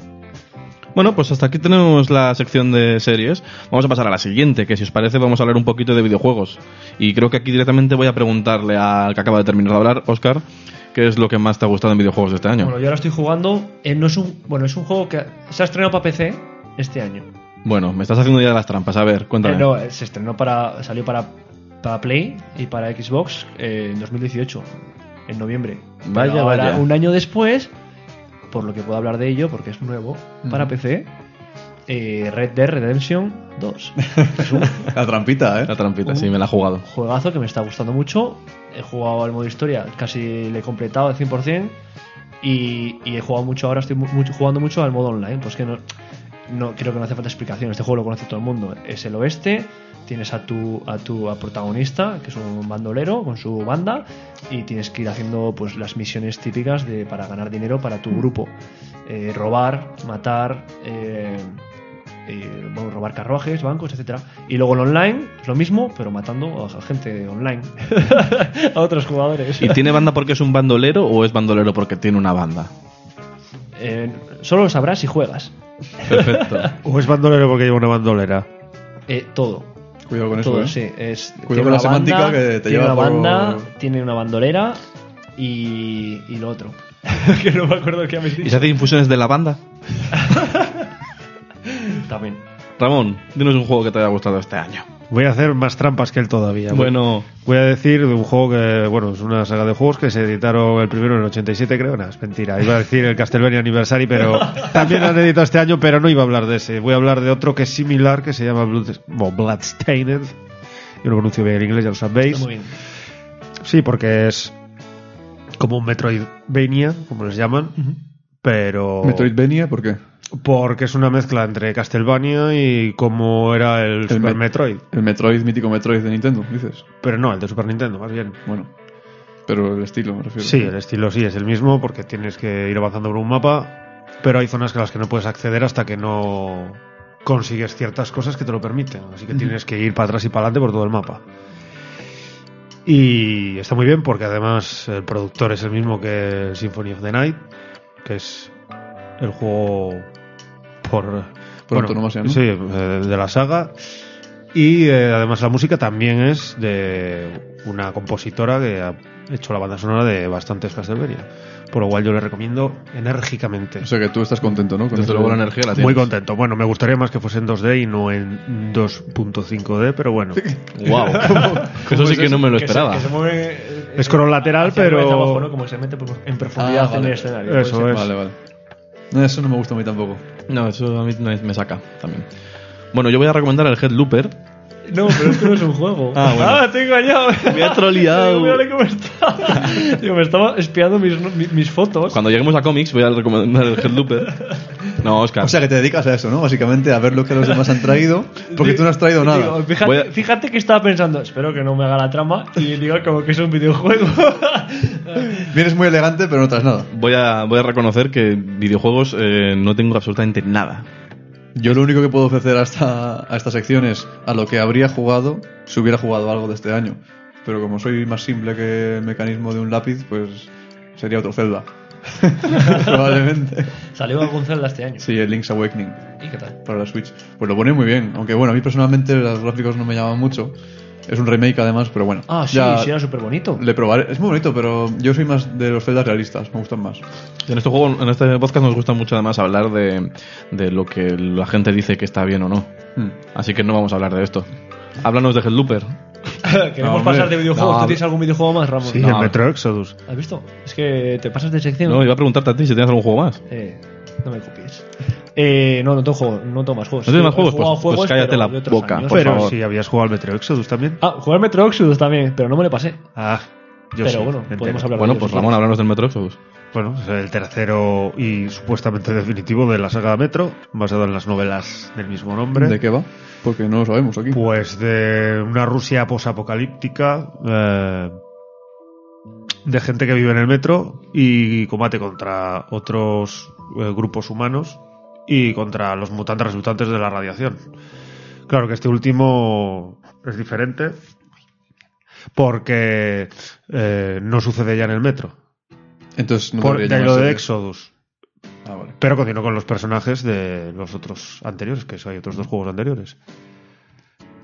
Speaker 1: Bueno, pues hasta aquí tenemos la sección de series. Vamos a pasar a la siguiente, que si os parece vamos a hablar un poquito de videojuegos. Y creo que aquí directamente voy a preguntarle al que acaba de terminar de hablar, Oscar, qué es lo que más te ha gustado en videojuegos de este año.
Speaker 2: Bueno, yo ahora estoy jugando. eh, no es un, bueno, es un juego que se ha estrenado para PC este año.
Speaker 1: Bueno, me estás haciendo ya las trampas. A ver, cuéntame.
Speaker 2: Eh, no, eh, se estrenó para. salió para, para Play y para Xbox eh, en 2018, en noviembre. Pero
Speaker 1: Vaya,
Speaker 2: ahora,
Speaker 1: vaya.
Speaker 2: Un año después, por lo que puedo hablar de ello, porque es nuevo, para PC, eh, Red Dead Redemption 2. Es un
Speaker 3: La trampita, ¿eh?
Speaker 1: La
Speaker 2: Uh.
Speaker 1: trampita, sí, me la ha jugado.
Speaker 2: juegazo que me está gustando mucho. He jugado al modo historia, casi le he completado al 100%. Y, y he jugado mucho, ahora estoy mu- mucho- jugando mucho al modo online. Pues que no, no creo que no hace falta explicación. Este juego lo conoce todo el mundo. Es el oeste. Tienes a tu, a tu a protagonista, que es un bandolero con su banda, y tienes que ir haciendo pues las misiones típicas de, para ganar dinero para tu grupo. Eh, robar, matar, eh, eh, bueno, robar carruajes, bancos, etcétera. Y luego el online es lo mismo, pero matando a gente online, a otros jugadores.
Speaker 1: ¿Y tiene banda porque es un bandolero o es bandolero porque tiene una banda?
Speaker 2: Eh, solo lo sabrás si juegas.
Speaker 1: Perfecto.
Speaker 4: O es bandolero porque lleva una bandolera.
Speaker 2: Eh, todo.
Speaker 3: Cuidado con
Speaker 2: todo,
Speaker 3: eso. ¿eh?
Speaker 2: sí. Es,
Speaker 3: Cuidado con la semántica que te
Speaker 2: tiene
Speaker 3: lleva
Speaker 2: una
Speaker 3: por-
Speaker 2: banda, tiene una bandolera y, y lo otro. que no me acuerdo qué habéis
Speaker 1: ¿Y
Speaker 2: dicho.
Speaker 1: se hace infusiones de la banda?
Speaker 2: También.
Speaker 1: Ramón, dinos un juego que te haya gustado este año.
Speaker 4: Voy a hacer más trampas que él todavía. Voy-
Speaker 1: Bueno,
Speaker 4: Voy a decir de un juego que, bueno, es una saga de juegos que se editaron el primero en el 87, creo. No, es mentira. Iba a decir el Castlevania Anniversary, pero también lo han editado este año, pero no iba a hablar de ese. Voy a hablar de otro que es similar, que se llama Blood, bueno, Bloodstained. Yo lo pronuncio bien en inglés, ya lo sabéis.
Speaker 2: Muy bien.
Speaker 4: Sí, porque es como un Metroidvania, como les llaman, pero...
Speaker 3: Metroidvania, ¿por qué?
Speaker 4: Porque es una mezcla entre Castlevania y como era el, Super
Speaker 3: Met-
Speaker 4: Metroid.
Speaker 3: El Metroid, mítico Metroid de Nintendo, dices.
Speaker 4: Pero no, el de Super Nintendo, más bien.
Speaker 3: Bueno, pero el estilo me refiero.
Speaker 4: Sí, el estilo sí es el mismo porque tienes que ir avanzando por un mapa, pero hay zonas a las que no puedes acceder hasta que no consigues ciertas cosas que te lo permiten. Así que tienes que ir para atrás y para adelante por todo el mapa. Y está muy bien porque además el productor es el mismo que el Symphony of the Night, que es el juego por,
Speaker 3: antonomasia, ¿no?
Speaker 4: Sí, eh, de la saga. Y eh, además la música también es de una compositora que ha hecho la banda sonora de bastantes Castlevania. Por lo cual yo le recomiendo enérgicamente.
Speaker 3: O sea que tú estás contento, ¿no? Con eh.
Speaker 1: desde
Speaker 3: ese-
Speaker 1: luego la energía la tienes.
Speaker 4: Muy contento. Bueno, me gustaría más que fuese en 2D y no en 2.5D, pero bueno.
Speaker 1: Wow. eso sí que no me lo
Speaker 2: Que se-
Speaker 1: esperaba.
Speaker 2: que se mueve, eh,
Speaker 4: Es
Speaker 2: eh,
Speaker 4: crolateral,
Speaker 2: hacia
Speaker 4: pero-
Speaker 2: arriba y hacia abajo, ¿no? Como se mete por- en profundidad
Speaker 3: Ah, vale.
Speaker 2: en el escenario.
Speaker 4: Eso
Speaker 2: puede ser.
Speaker 4: es.
Speaker 3: Vale, vale. No, Eso no me gusta a mí tampoco.
Speaker 1: No, eso a mí me, me saca también. Bueno, yo voy a recomendar el Headlooper.
Speaker 2: No, pero esto no es un juego.
Speaker 1: Ah, bueno.
Speaker 2: te he engañado.
Speaker 1: Me ha troleado.
Speaker 2: Digo, mírale cómo está. Digo, me estaba espiando mis, mis, mis fotos.
Speaker 1: Cuando lleguemos a cómics voy a recomendar el Headlooper. No, Oscar.
Speaker 3: O sea que te dedicas a eso, ¿no? Básicamente a ver lo que los demás han traído, porque tú no has traído
Speaker 2: Digo,
Speaker 3: nada.
Speaker 1: Voy
Speaker 2: fíjate,
Speaker 1: a-
Speaker 2: fíjate que estaba pensando, espero que no me haga la trama y diga como que es un videojuego.
Speaker 3: Vienes muy elegante, pero no traes nada.
Speaker 1: voy, a, voy a reconocer que videojuegos eh, no tengo absolutamente nada.
Speaker 3: Yo lo único que puedo ofrecer a esta, a esta sección es a lo que habría jugado si hubiera jugado algo de este año. Pero como soy más simple que el mecanismo de un lápiz, pues sería otro Zelda. Probablemente.
Speaker 2: Salió algún Zelda este año.
Speaker 3: Sí, el Link's Awakening
Speaker 2: ¿Y qué tal?
Speaker 3: para la Switch. Pues lo pone muy bien, aunque bueno, a mí personalmente los gráficos no me llaman mucho. Es un remake además, pero bueno.
Speaker 2: Ah, sí,
Speaker 3: ya
Speaker 2: sí, era súper bonito.
Speaker 3: Le probaré. Es muy bonito, pero yo soy más de los Zeldas realistas, me gustan más.
Speaker 1: En este juego, en este podcast nos gusta mucho además hablar de, de lo que la gente dice que está bien o no.
Speaker 3: Hmm.
Speaker 1: Así que no vamos a hablar de esto. Háblanos de Headlooper.
Speaker 2: Queremos
Speaker 3: hombre.
Speaker 2: pasar de videojuegos.
Speaker 1: No,
Speaker 2: ¿Tú tienes algún videojuego más, Ramón?
Speaker 4: Sí,
Speaker 2: No.
Speaker 4: el Metro Exodus.
Speaker 2: ¿Has visto? Es que te pasas de sección.
Speaker 1: No, iba a preguntarte a ti si tenías algún juego más.
Speaker 2: Eh, no me copies. Eh, no, no tengo, juego- no tengo más juegos.
Speaker 1: ¿No tienes más
Speaker 2: He
Speaker 1: juegos?
Speaker 2: jugado
Speaker 1: Pues- pues
Speaker 2: pero
Speaker 1: cállate la
Speaker 2: de otros
Speaker 1: boca,
Speaker 2: años.
Speaker 1: Por
Speaker 4: pero
Speaker 1: favor.
Speaker 4: si habías jugado al Metro Exodus también.
Speaker 2: Ah, jugar Metro Exodus también, pero no me lo pasé.
Speaker 4: Ah, yo
Speaker 2: pero
Speaker 4: sí,
Speaker 2: bueno,
Speaker 4: entero.
Speaker 2: podemos hablar
Speaker 1: Bueno,
Speaker 2: de ello,
Speaker 1: pues
Speaker 2: si
Speaker 1: Ramón, háblanos del Metro Exodus.
Speaker 4: Bueno, es el tercero y supuestamente definitivo de la saga Metro, basado en las novelas del mismo nombre.
Speaker 3: ¿De qué va? Porque no lo sabemos aquí.
Speaker 4: Pues de una Rusia posapocalíptica, eh, de gente que vive en el metro y combate contra otros eh, grupos humanos y contra los mutantes resultantes de la radiación. Claro que este último es diferente porque eh, no sucede ya en el metro.
Speaker 3: Entonces no
Speaker 4: Por,
Speaker 3: debería
Speaker 4: de ahí lo
Speaker 3: llamarse-
Speaker 4: de Exodus.
Speaker 3: Ah, vale.
Speaker 4: Pero continuó con los personajes de los otros anteriores, que eso hay otros dos juegos anteriores.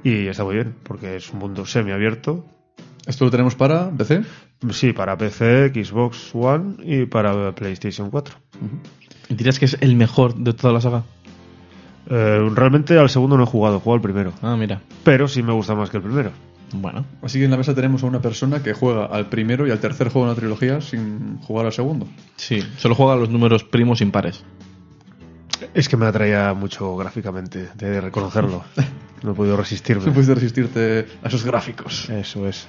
Speaker 4: Y está muy bien, porque es un mundo semiabierto.
Speaker 3: Esto lo tenemos para PC.
Speaker 4: Sí, para PC, Xbox One y para PlayStation 4.
Speaker 1: ¿Y dirías que es el mejor de toda la saga?
Speaker 4: Eh, realmente al segundo no he jugado, he jugado al primero.
Speaker 1: Ah, mira.
Speaker 4: Pero sí me gusta más que el primero.
Speaker 1: Bueno.
Speaker 3: Así que en la mesa tenemos a una persona que juega al primero y al tercer juego de la trilogía sin jugar al segundo.
Speaker 1: Sí, solo juega los números primos impares.
Speaker 4: Es que me atraía mucho gráficamente, de reconocerlo. No he podido
Speaker 3: No
Speaker 4: resistirme.
Speaker 3: puedes resistirte a esos gráficos.
Speaker 4: Eso es.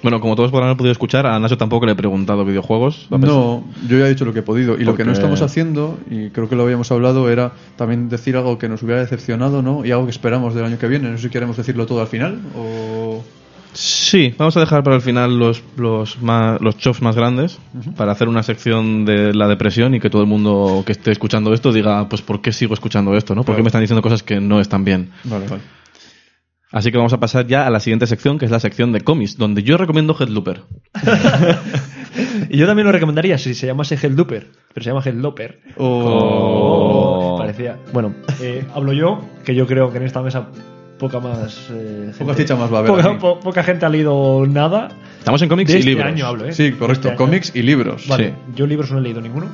Speaker 1: Bueno, como todos podrán haber podido escuchar, a Nacho tampoco le he preguntado videojuegos. Va a pensar-
Speaker 3: No, yo ya he dicho lo que he podido. Y lo que no
Speaker 1: Porque-
Speaker 3: estamos haciendo, y creo que lo habíamos hablado, era también decir algo que nos hubiera decepcionado, ¿no? Y algo que esperamos del año que viene. No sé si queremos decirlo todo al final o...
Speaker 1: Sí, vamos a dejar para el final los, los, más, los chofs más grandes para hacer una sección de la depresión y que todo el mundo que esté escuchando esto diga, pues, ¿por qué sigo escuchando esto? ¿no? ¿Por qué
Speaker 3: Claro.
Speaker 1: me están diciendo cosas que no están bien?
Speaker 3: Vale, vale.
Speaker 1: Así que vamos a pasar ya a la siguiente sección, que es la sección de cómics, donde yo recomiendo Headlooper.
Speaker 2: Y yo también lo recomendaría si se llamase Helduper, pero se llama Helloper.
Speaker 1: Oh.
Speaker 2: parecía. Bueno, eh, hablo yo, que yo creo que en esta mesa poca más. eh, gente-
Speaker 3: ficha más va a haber
Speaker 2: Poca,
Speaker 3: aquí.
Speaker 2: po- poca gente ha leído nada.
Speaker 1: Estamos en cómics
Speaker 2: De
Speaker 1: y
Speaker 2: este
Speaker 1: libros.
Speaker 2: año hablo, ¿eh?
Speaker 3: Sí,
Speaker 2: Este
Speaker 3: correcto.
Speaker 2: año.
Speaker 3: Cómics y libros.
Speaker 2: Vale, yo libros no he leído ninguno.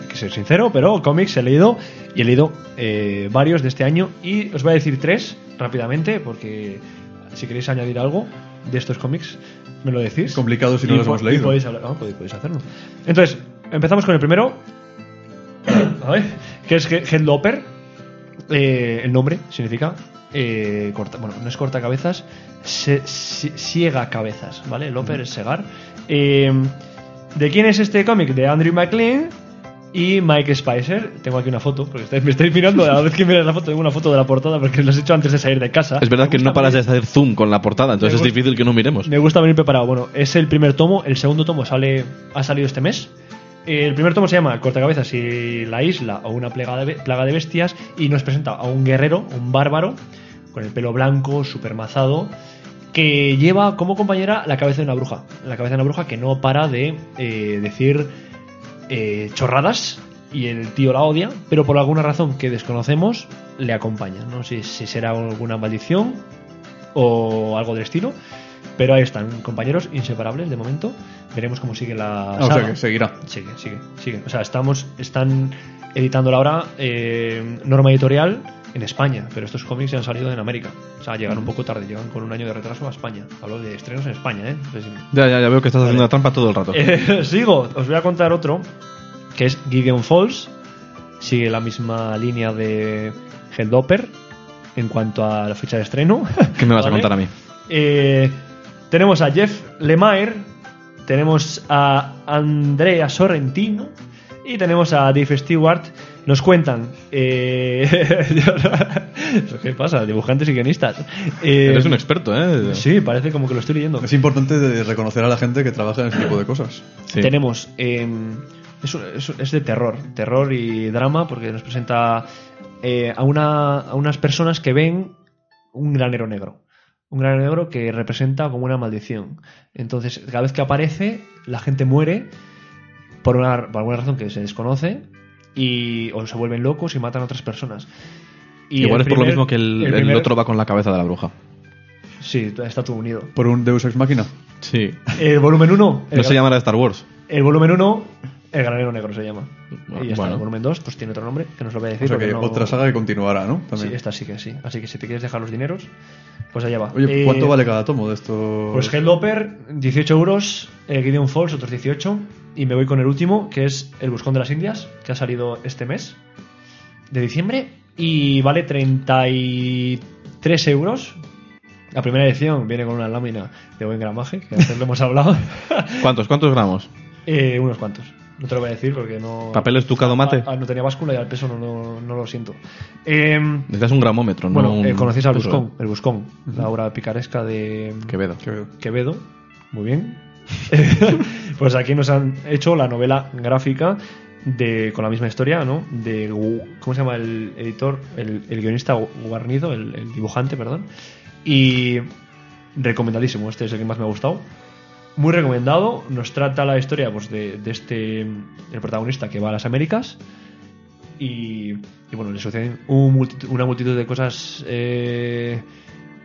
Speaker 2: Hay que ser sincero, pero cómics he leído y he leído eh, varios de este año y os voy a decir tres rápidamente, porque si queréis añadir algo de estos cómics, me lo decís.
Speaker 3: complicado si no
Speaker 2: Y
Speaker 3: los
Speaker 2: po-
Speaker 3: hemos
Speaker 2: y
Speaker 3: leído.
Speaker 2: Podéis, hablar- ah, podéis- podéis hacerlo. Entonces, empezamos con el primero. A ver, que es que Headlopper. eh, el nombre significa. eh, corta, bueno, no es corta cabezas, se, sie- siega cabezas, ¿vale? Loper es segar. Eh, ¿De quién es este cómic? De Andrew McLean y Mike Spicer. Tengo aquí una foto, porque estáis- me estáis mirando. A la vez que miras la foto, tengo una foto de la portada porque lo has hecho antes de salir de casa.
Speaker 1: Es verdad
Speaker 2: Me
Speaker 1: que no
Speaker 2: gusta
Speaker 1: paras de
Speaker 2: venir-
Speaker 1: hacer zoom con la portada, entonces es
Speaker 2: gusta-
Speaker 1: difícil que no miremos.
Speaker 2: Me gusta venir preparado. Bueno, es el primer tomo. El segundo tomo sale ha salido este mes. Eh, El primer tomo se llama Cortacabezas y la isla o una plaga de, be- plaga de bestias y nos presenta a un guerrero, un bárbaro, con el pelo blanco, supermazado, que lleva como compañera la cabeza de una bruja. La cabeza de una bruja que no para de eh, decir eh, chorradas y el tío la odia, pero por alguna razón que desconocemos le acompaña. No sé si será alguna maldición o algo del estilo. Pero ahí están, compañeros inseparables de momento. Veremos cómo sigue la
Speaker 3: Ah, o sea
Speaker 2: saga.
Speaker 3: que seguirá.
Speaker 2: Sigue, sigue, sigue. O sea, estamos, están editando ahora eh, norma editorial en España, pero estos cómics ya han salido en América. O sea, llegan un poco tarde, llegan con un año de retraso a España. Hablo de estrenos en España, ¿eh? No sé si-
Speaker 1: Ya, ya, ya veo que estás haciendo la trampa todo el rato.
Speaker 2: eh, sigo, os voy a contar otro, que es Gideon Falls. Sigue la misma línea de Helldopper en cuanto a la fecha de estreno.
Speaker 1: ¿Qué me vas a
Speaker 2: ¿Vale?
Speaker 1: contar a mí?
Speaker 2: Eh, tenemos a Jeff Lemire, tenemos a Andrea Sorrentino y tenemos a Dave Stewart. Nos cuentan. eh, ¿Qué pasa? Dibujantes y guionistas. Eh,
Speaker 1: Eres un experto, ¿eh?
Speaker 2: Sí, parece como que lo estoy leyendo.
Speaker 3: Es importante de reconocer a la gente que trabaja en ese tipo de cosas.
Speaker 1: Sí.
Speaker 2: Tenemos. eh, es, es- es de terror. Terror y drama, porque nos presenta eh, a, una- a unas personas que ven un granero negro. Un granero negro que representa como una maldición. Entonces, cada vez que aparece, la gente muere por, una, por alguna razón que se desconoce y o se vuelven locos y matan a otras personas. Y
Speaker 1: Igual
Speaker 2: el
Speaker 1: es por lo
Speaker 2: primer-
Speaker 1: mismo que el, el
Speaker 2: primer-
Speaker 1: otro va con la cabeza de la bruja.
Speaker 2: Sí, está todo unido.
Speaker 3: Por un Deus Ex Máquina.
Speaker 1: Sí.
Speaker 2: El volumen 1.
Speaker 1: No se llamará Star Wars.
Speaker 2: El volumen 1, El Granero Negro se llama.
Speaker 1: Bueno,
Speaker 2: y ya está.
Speaker 1: bueno.
Speaker 2: El volumen 2, pues tiene otro nombre, que nos lo voy a decir.
Speaker 3: O sea
Speaker 2: porque
Speaker 3: que
Speaker 2: no-
Speaker 3: otra saga que continuará, ¿no?
Speaker 2: Sí,
Speaker 3: También.
Speaker 2: esta sí que sí. Así que si te quieres dejar los dineros, pues allá va.
Speaker 3: Oye,
Speaker 2: Eh,
Speaker 3: ¿cuánto vale cada tomo de estos?
Speaker 2: Pues Helloper, 18 euros. eh, Gideon Falls, otros 18. Y me voy con el último, que es El Buscón de las Indias, que ha salido este mes de diciembre. Y vale 33 euros. La primera edición viene con una lámina de buen gramaje, que antes lo hemos hablado.
Speaker 1: ¿Cuántos? ¿Cuántos gramos?
Speaker 2: Eh, unos cuantos. No te lo voy a decir porque no.
Speaker 1: ¿Papel estucado mate?
Speaker 2: Ah, ah, no tenía báscula y al peso no, no- no lo siento. Eh,
Speaker 1: Necesitas un gramómetro, ¿no?
Speaker 2: bueno,
Speaker 1: un-
Speaker 2: eh, conocéis al
Speaker 1: eso,
Speaker 2: Buscón, el Buscón, la obra picaresca de em,
Speaker 1: Quevedo.
Speaker 2: Quevedo. Muy bien. pues aquí nos han hecho la novela gráfica de con la misma historia, ¿no? De Gu- ¿cómo se llama el editor, el, el guionista Gu- Guarnido, el, el dibujante, perdón. Y recomendadísimo, este es el que más me ha gustado. Muy recomendado, nos trata la historia pues, de, de este el protagonista que va a las Américas y, y, bueno, le suceden un multitud- una multitud de cosas eh,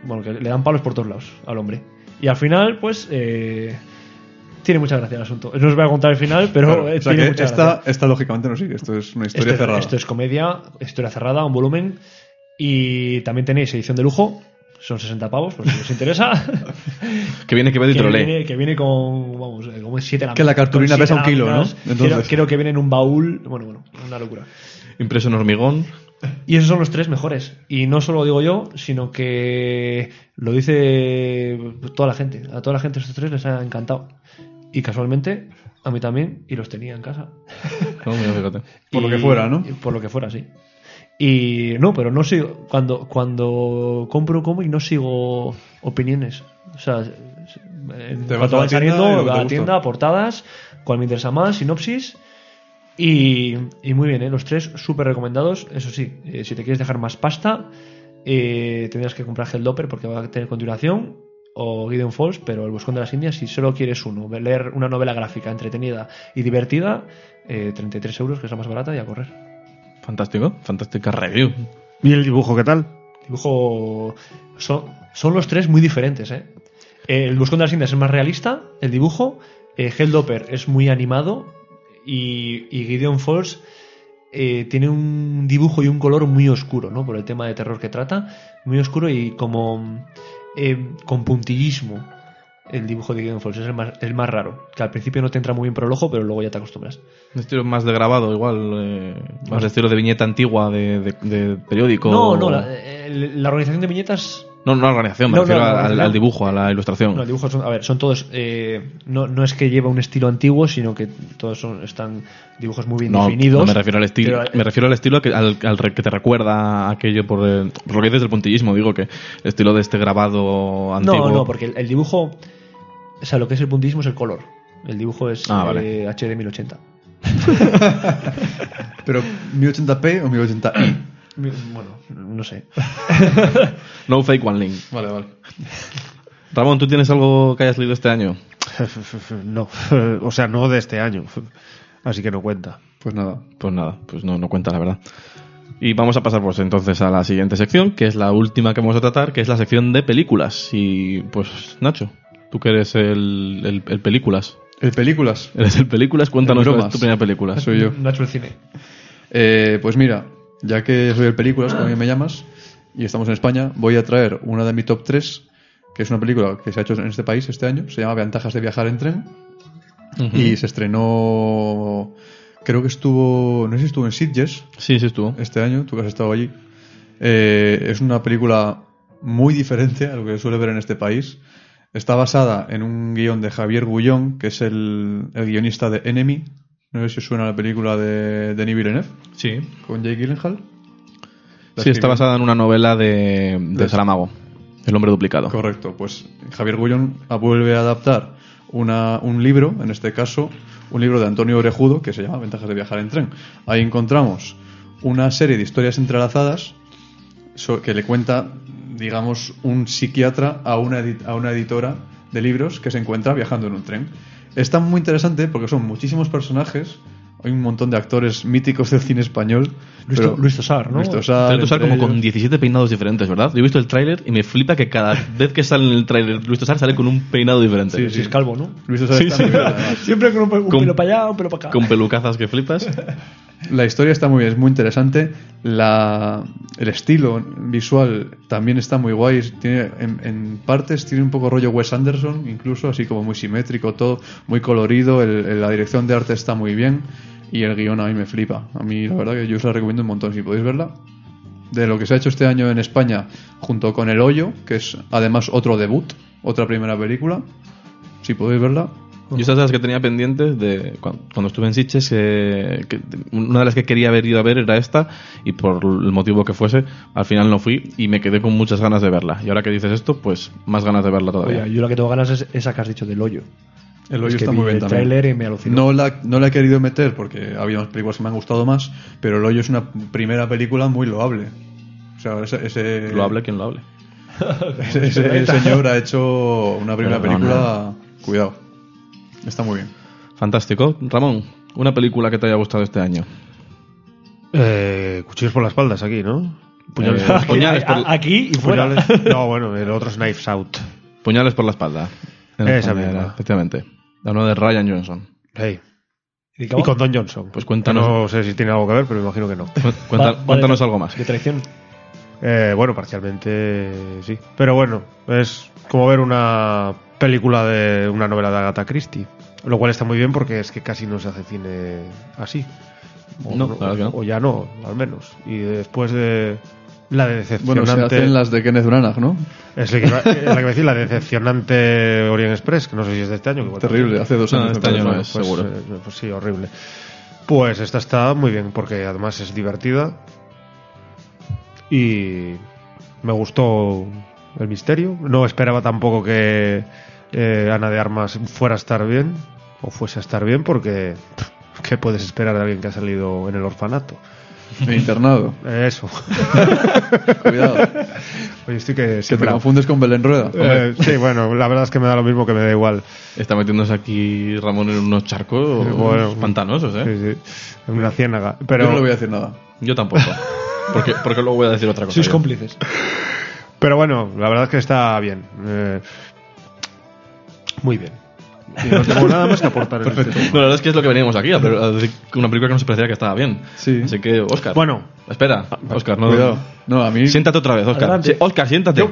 Speaker 2: bueno, que le dan palos por todos lados al hombre. Y al final, pues, eh, tiene mucha gracia el asunto. No os voy a contar el final, pero
Speaker 3: Claro,
Speaker 2: eh,
Speaker 3: o sea
Speaker 2: tiene
Speaker 3: que
Speaker 2: mucha
Speaker 3: esta,
Speaker 2: gracia.
Speaker 3: esta lógicamente no sigue. Esto es una historia
Speaker 2: esto, es-
Speaker 3: cerrada.
Speaker 2: esto es comedia, historia cerrada, un volumen. Y también tenéis edición de lujo, son 60 pavos, por si os interesa.
Speaker 1: Que viene Quevedo y
Speaker 2: que,
Speaker 1: trolea.
Speaker 2: viene, que viene con, vamos, eh, como 7
Speaker 3: Que la cartulina pesa un kilo, ¿no?
Speaker 2: Creo,
Speaker 3: Entonces.
Speaker 2: creo que viene en un baúl, bueno, bueno, una locura.
Speaker 1: Impreso en hormigón.
Speaker 2: Y esos son los tres mejores. Y no solo lo digo yo, sino que lo dice toda la gente. A toda la gente estos tres les ha encantado. Y casualmente, a mí también, y los tenía en casa.
Speaker 1: No, mira, fíjate.
Speaker 3: Por lo
Speaker 2: Y-
Speaker 3: que fuera, ¿no?
Speaker 2: y Por lo que fuera, sí. Y no, pero no sigo. Cuando, cuando compro un cómic no sigo opiniones. O sea, en
Speaker 3: Te vas
Speaker 2: cuanto
Speaker 3: a la
Speaker 2: van
Speaker 3: tienda
Speaker 2: saliendo,
Speaker 3: y lo que te
Speaker 2: a la
Speaker 3: gusta.
Speaker 2: tienda, portadas, cuál me interesa más, sinopsis. Y, y muy bien, ¿eh? los tres súper recomendados. Eso sí, eh, si te quieres dejar más pasta, eh, tendrás que comprar Helldoper porque va a tener continuación o Gideon Falls, pero El Buscón de las Indias, si solo quieres uno, leer una novela gráfica entretenida y divertida, eh, 33 euros, que es la más barata, y a correr.
Speaker 1: Fantástico. Fantástica review.
Speaker 4: ¿Y el dibujo qué tal?
Speaker 2: Dibujo. Son, son los tres muy diferentes, ¿eh? Eh, El Buscón de las Indias es más realista, el dibujo. Eh, Helldoper es muy animado. Y, y Gideon Falls eh, tiene un dibujo y un color muy oscuro, ¿no? Por el tema de terror que trata, muy oscuro y como eh, con puntillismo. El dibujo de Game Falls es el más, el más raro, que al principio no te entra muy bien por el ojo, pero luego ya te acostumbras.
Speaker 1: Un estilo más de grabado, igual. eh, más de estilo de viñeta antigua de, de- de periódico.
Speaker 2: No, no, la, eh, el- la organización de viñetas
Speaker 1: No, no la organización, me
Speaker 2: No,
Speaker 1: refiero
Speaker 2: no, la
Speaker 1: al- al,
Speaker 2: organización.
Speaker 1: dibujo, a la ilustración.
Speaker 2: No, el dibujo son, a ver, son todos. eh, no, no es que lleva un estilo antiguo, sino que todos son, están dibujos muy bien
Speaker 1: No,
Speaker 2: definidos.
Speaker 1: no me refiero al estilo,
Speaker 2: pero, eh,
Speaker 1: me refiero al estilo que, al, al re- que te recuerda aquello por, el- por lo que dices del puntillismo, digo que el estilo de este grabado antiguo.
Speaker 2: no, no, porque el, el dibujo. O sea, lo que es el puntillismo es el color. El dibujo es
Speaker 1: Ah, vale.
Speaker 2: eh, HD 1080.
Speaker 3: Pero 1080p o 1080i.
Speaker 2: Mi- Bueno, no sé.
Speaker 1: No fake one link.
Speaker 3: Vale, vale.
Speaker 1: Ramón, ¿tú tienes algo que hayas leído este año?
Speaker 4: No, o sea, no de este año. Así que no cuenta.
Speaker 3: Pues nada.
Speaker 1: Pues nada, pues no, no cuenta la verdad. Y vamos a pasar pues entonces a la siguiente sección, que es la última que vamos a tratar, que es la sección de películas. Y pues Nacho, tú que eres el, el- el películas,
Speaker 3: El Eh, películas.
Speaker 1: eres el películas, cuéntanos
Speaker 3: El
Speaker 1: cuál es
Speaker 3: bromas.
Speaker 1: tu primera película.
Speaker 3: Soy yo.
Speaker 2: Nacho el cine.
Speaker 3: Eh, pues mira, ya que soy el películas, que a mí me llamas, y estamos en España, voy a traer una de mi top 3, que es una película que se ha hecho en este país este año, se llama Ventajas de viajar en tren, y se estrenó, creo que estuvo, no sé si estuvo en Sitges
Speaker 1: Sí, sí estuvo.
Speaker 3: este año, tú que has estado allí. Eh, es una película muy diferente a lo que se suele ver en este país. Está basada en un guión de Javier Gullón, que es el, el guionista de Enemy. No sé si os suena la película de Denis Villeneuve
Speaker 1: Sí.
Speaker 3: con Jake Gyllenhaal. La
Speaker 1: Sí, está
Speaker 3: escribió-
Speaker 1: basada en una novela de, de
Speaker 3: Las-
Speaker 1: Saramago, El hombre duplicado.
Speaker 3: Correcto, pues Javier Gullón a- vuelve a adaptar una- un libro, en este caso, un libro de Antonio Orejudo que se llama Ventajas de viajar en tren. Ahí encontramos una serie de historias entrelazadas so- que le cuenta, digamos, un psiquiatra a una, edi- a una editora de libros que se encuentra viajando en un tren. Está muy interesante porque son muchísimos personajes, hay un montón de actores míticos del cine español.
Speaker 2: Luis,
Speaker 3: pero-
Speaker 2: Luis Tosar, ¿no?
Speaker 3: Luis Tosar,
Speaker 1: Luis Tosar
Speaker 3: entre
Speaker 1: como con
Speaker 3: ellos.
Speaker 1: 17 peinados diferentes, ¿verdad? Yo he visto el tráiler y me flipa que cada vez que sale en el tráiler Luis Tosar sale con un peinado diferente.
Speaker 2: Si es calvo, ¿no?
Speaker 3: Luis Tosar está muy bien, además.
Speaker 2: Siempre con un, pe- un
Speaker 1: Con-
Speaker 2: pelo para allá, un pelo para acá.
Speaker 1: Con pelucazas que flipas.
Speaker 3: La historia está muy bien, es muy interesante. La- el estilo visual también está muy guay. Tiene, en, en partes tiene un poco rollo Wes Anderson, incluso, así como muy simétrico, todo muy colorido. el- el- la dirección de arte está muy bien y el guión a mí me flipa. A mí, la verdad, que yo os la recomiendo un montón si podéis verla. De lo que se ha hecho este año en España, junto con El Hoyo, que es además otro debut, otra primera película. Si podéis verla,
Speaker 1: Yo esas de las que tenía pendientes de cuan- cuando, estuve en Sitges, eh, que- una de las que quería haber ido a ver era esta y por el motivo que fuese, al final no fui y me quedé con muchas ganas de verla. Y ahora que dices esto, pues más ganas de verla todavía.
Speaker 2: Oye, yo la que tengo ganas es esa que has dicho del hoyo.
Speaker 3: El Hoyo
Speaker 2: Es que
Speaker 3: está
Speaker 2: vi
Speaker 3: muy bien
Speaker 2: el
Speaker 3: también.
Speaker 2: tráiler y me alucinó.
Speaker 3: No la, no la he querido meter porque ha habido unas películas que me han gustado más, pero El Hoyo es una primera película muy loable. O sea, ese, ese-
Speaker 1: Lo hable quien lo hable.
Speaker 3: ese- ese señor ha hecho una primera
Speaker 1: Perdona.
Speaker 3: película. Cuidado. Está muy bien.
Speaker 1: Fantástico. Ramón, una película que te haya gustado este año.
Speaker 4: Eh, cuchillos por las espaldas aquí, ¿no? Puñales.
Speaker 1: Eh,
Speaker 2: Aquí,
Speaker 1: puñales, por,
Speaker 2: a- aquí y fuera.
Speaker 4: Puñales. No, bueno, el otro es Knives Out.
Speaker 1: puñales por la espalda.
Speaker 4: Esa
Speaker 1: España
Speaker 4: misma.
Speaker 1: era, Efectivamente. La nueva de Ryan Johnson.
Speaker 4: Hey.
Speaker 2: ¿Y
Speaker 4: Y con Don Johnson.
Speaker 1: Pues cuéntanos.
Speaker 4: No sé si tiene algo que ver, pero me imagino que no.
Speaker 1: Cu- cuenta- cuéntanos algo más.
Speaker 2: De traición.
Speaker 4: Eh, bueno, parcialmente sí. Pero bueno, es como ver una película de una novela de Agatha Christie. Lo cual está muy bien porque es que casi no se hace cine así.
Speaker 1: No, la verdad que no.
Speaker 4: o ya no, al menos. Y después de la decepcionante...
Speaker 3: Bueno, se hacen las de Kenneth Branagh, ¿no?
Speaker 4: Es la que, iba- la que iba a decir, la decepcionante Orient Express, que no sé si es de este año. que igual
Speaker 3: Terrible, hace dos
Speaker 1: No,
Speaker 3: años. me
Speaker 1: este año
Speaker 3: parece.
Speaker 1: no es.
Speaker 4: pues,
Speaker 1: seguro.
Speaker 4: eh, pues sí, horrible. Pues esta está muy bien porque además es divertida y me gustó el misterio. No esperaba tampoco que eh, Ana de Armas fuera a estar bien o fuese a estar bien porque pff, ¿qué puedes esperar de alguien que ha salido en el orfanato? Eh,
Speaker 3: El internado.
Speaker 4: Eso.
Speaker 3: Cuidado.
Speaker 4: Oye, estoy que
Speaker 3: que te
Speaker 4: siempre...
Speaker 3: confundes con Belén Rueda.
Speaker 4: Eh, sí, bueno, la verdad es que me da lo mismo que me da igual.
Speaker 1: Está metiéndose aquí Ramón en unos charcos
Speaker 4: Eh, bueno.
Speaker 1: pantanosos, ¿eh?
Speaker 4: Sí, sí. En una ciénaga.
Speaker 3: Pero...
Speaker 4: Pero...
Speaker 3: Yo no le voy a decir nada.
Speaker 1: Yo tampoco. Porque, porque luego voy a decir otra cosa.
Speaker 2: Sois
Speaker 1: yo.
Speaker 2: cómplices.
Speaker 4: Pero bueno, la verdad es que está bien. Eh, muy bien. Y no tengo nada más que aportar en este tema.
Speaker 1: No, la verdad es que es lo que veníamos aquí, a ver, a decir que una película que nos parecía que estaba bien.
Speaker 3: Sí.
Speaker 1: Así que, Oscar.
Speaker 4: Bueno.
Speaker 1: Espera, Oscar, no.
Speaker 3: Cuidado. No, a mí,
Speaker 1: Siéntate otra vez, Oscar.
Speaker 2: Adelante.
Speaker 1: Sí, Oscar, siéntate.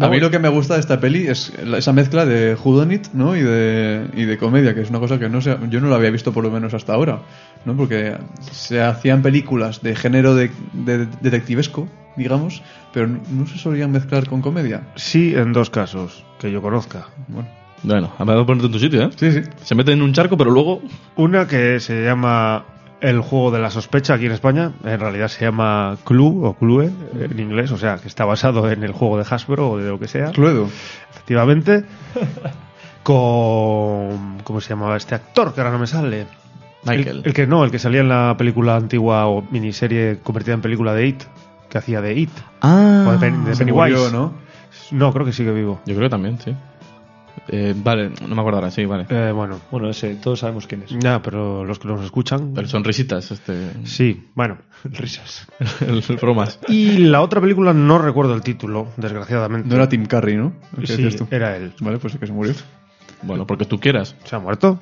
Speaker 3: a mí lo que me gusta de esta peli es la- esa mezcla de whodunit, ¿no? Y de, y de comedia, que es una cosa que no sé, yo no la había visto por lo menos hasta ahora, ¿no? Porque se hacían películas de género de, de- detectivesco, digamos, pero no se solían mezclar con comedia.
Speaker 4: Sí, en dos casos que yo conozca.
Speaker 3: Bueno,
Speaker 1: Bueno, me dado ponerte en tu sitio, ¿eh?
Speaker 3: sí, sí.
Speaker 1: Se meten en un charco, pero luego.
Speaker 4: Una que se llama El juego de la sospecha aquí en España. En realidad se llama Clue o Clue en inglés, o sea, que está basado en el juego de Hasbro o de lo que sea.
Speaker 3: Cluedo.
Speaker 4: Efectivamente. Con. ¿Cómo se llamaba este actor? Que ahora no me sale.
Speaker 1: Michael.
Speaker 4: El, el que no, el que salía en la película antigua o miniserie convertida en película de It. Que hacía de It.
Speaker 1: Ah.
Speaker 4: o de, Pen- de
Speaker 3: Se
Speaker 4: Pennywise.
Speaker 3: murió, ¿no?
Speaker 4: No, creo que sigue vivo.
Speaker 1: Yo creo que también, sí. Eh, vale, no me acuerdo ahora, sí, vale.
Speaker 4: Eh, bueno,
Speaker 2: Bueno, ese, todos sabemos quién es.
Speaker 4: ya, pero los que nos escuchan.
Speaker 1: Pero sonrisitas, este.
Speaker 4: Sí, bueno, risas.
Speaker 1: el el bromas.
Speaker 4: Y la otra película no recuerdo el título, desgraciadamente.
Speaker 3: No era Tim Curry, ¿no? El que
Speaker 4: Sí,
Speaker 3: decías tú.
Speaker 4: era él.
Speaker 3: Vale, pues el que se murió.
Speaker 1: Bueno, porque tú quieras.
Speaker 4: ¿Se ha muerto?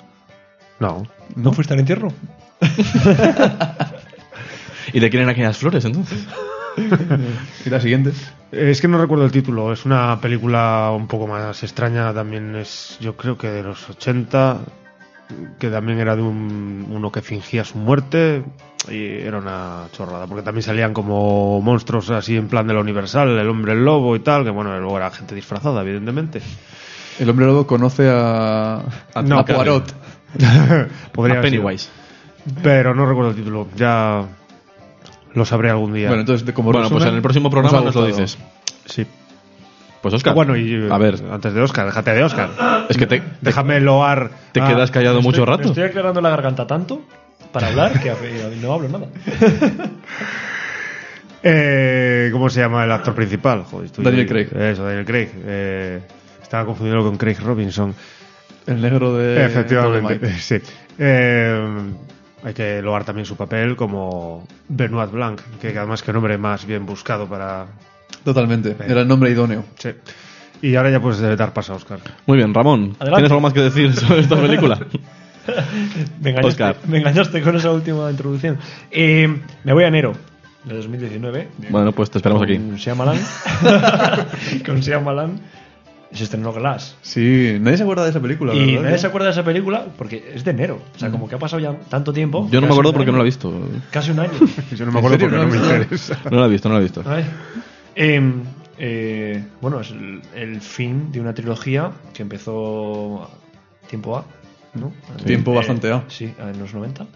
Speaker 4: No.
Speaker 2: ¿No, fuiste al entierro?
Speaker 1: ¿Y de quién eran aquellas flores entonces?
Speaker 3: ¿Y la siguiente?
Speaker 4: Es que no recuerdo el título, es una película un poco más extraña, también es, yo creo que de los 80, que también era de un, uno que fingía su muerte, y era una chorrada, porque también salían como monstruos así en plan de la Universal, el hombre el lobo y tal, que bueno, luego era gente disfrazada, evidentemente.
Speaker 3: El hombre lobo conoce a, a,
Speaker 1: Tim Curry.
Speaker 3: Poirot.
Speaker 4: Podría
Speaker 1: A
Speaker 4: haber sido.
Speaker 1: Pennywise.
Speaker 4: Pero no recuerdo el título, ya lo sabré algún día.
Speaker 3: Bueno, entonces, de- como
Speaker 1: Bueno, pues
Speaker 3: resumen,
Speaker 1: en el próximo programa
Speaker 3: ha
Speaker 1: nos lo
Speaker 3: gustado.
Speaker 1: dices.
Speaker 4: sí.
Speaker 1: Pues Oscar.
Speaker 4: bueno, y
Speaker 1: A ver,
Speaker 4: antes de Oscar, déjate de Oscar.
Speaker 1: es que te,
Speaker 4: Déjame loar.
Speaker 1: te
Speaker 4: a-
Speaker 1: quedas callado mucho
Speaker 2: Me
Speaker 1: rato.
Speaker 2: estoy aclarando la garganta tanto para hablar que eh, no hablo nada.
Speaker 4: Eh, ¿Cómo se llama el actor principal? Joder, estoy-
Speaker 3: Daniel Craig.
Speaker 4: Eso, Daniel Craig. Eh, estaba confundido con Craig Robinson. Eh,
Speaker 3: El negro de.
Speaker 4: Efectivamente,
Speaker 3: Dolemite.
Speaker 4: sí. Eh, hay que loar también su papel como Benoit Blanc, que además que nombre más bien buscado para...
Speaker 3: Totalmente. Era el nombre idóneo.
Speaker 4: Sí. Y ahora ya puedes dar paso a Oscar.
Speaker 1: Muy bien, Ramón.
Speaker 2: Adelante.
Speaker 1: ¿Tienes algo más que decir sobre esta película?
Speaker 2: Me engañaste,
Speaker 1: Oscar.
Speaker 2: me engañaste con esa última introducción. Eh, me voy a enero de 2019.
Speaker 1: bueno, pues te esperamos aquí.
Speaker 2: Con Shyamalan. con Shyamalan. Se estrenó Glass.
Speaker 3: Sí, nadie se acuerda de esa película.
Speaker 2: Y
Speaker 3: ¿verdad? ¿eh?
Speaker 2: nadie se acuerda de esa película porque es de enero. O sea, como que ha pasado ya tanto tiempo.
Speaker 1: Yo no me
Speaker 2: casi
Speaker 1: acuerdo
Speaker 2: un
Speaker 1: porque no
Speaker 2: año.
Speaker 1: la he visto.
Speaker 2: Casi un año.
Speaker 4: Yo no me acuerdo
Speaker 3: serio?
Speaker 4: porque no,
Speaker 3: No,
Speaker 4: me
Speaker 3: no, no.
Speaker 4: interesa.
Speaker 1: No la he visto, no la he visto.
Speaker 2: A ver. Em, eh, bueno, es el, el fin de una trilogía que empezó tiempo A, ¿no? Eh,
Speaker 3: Tiempo bastante A.
Speaker 2: Sí, en los 90.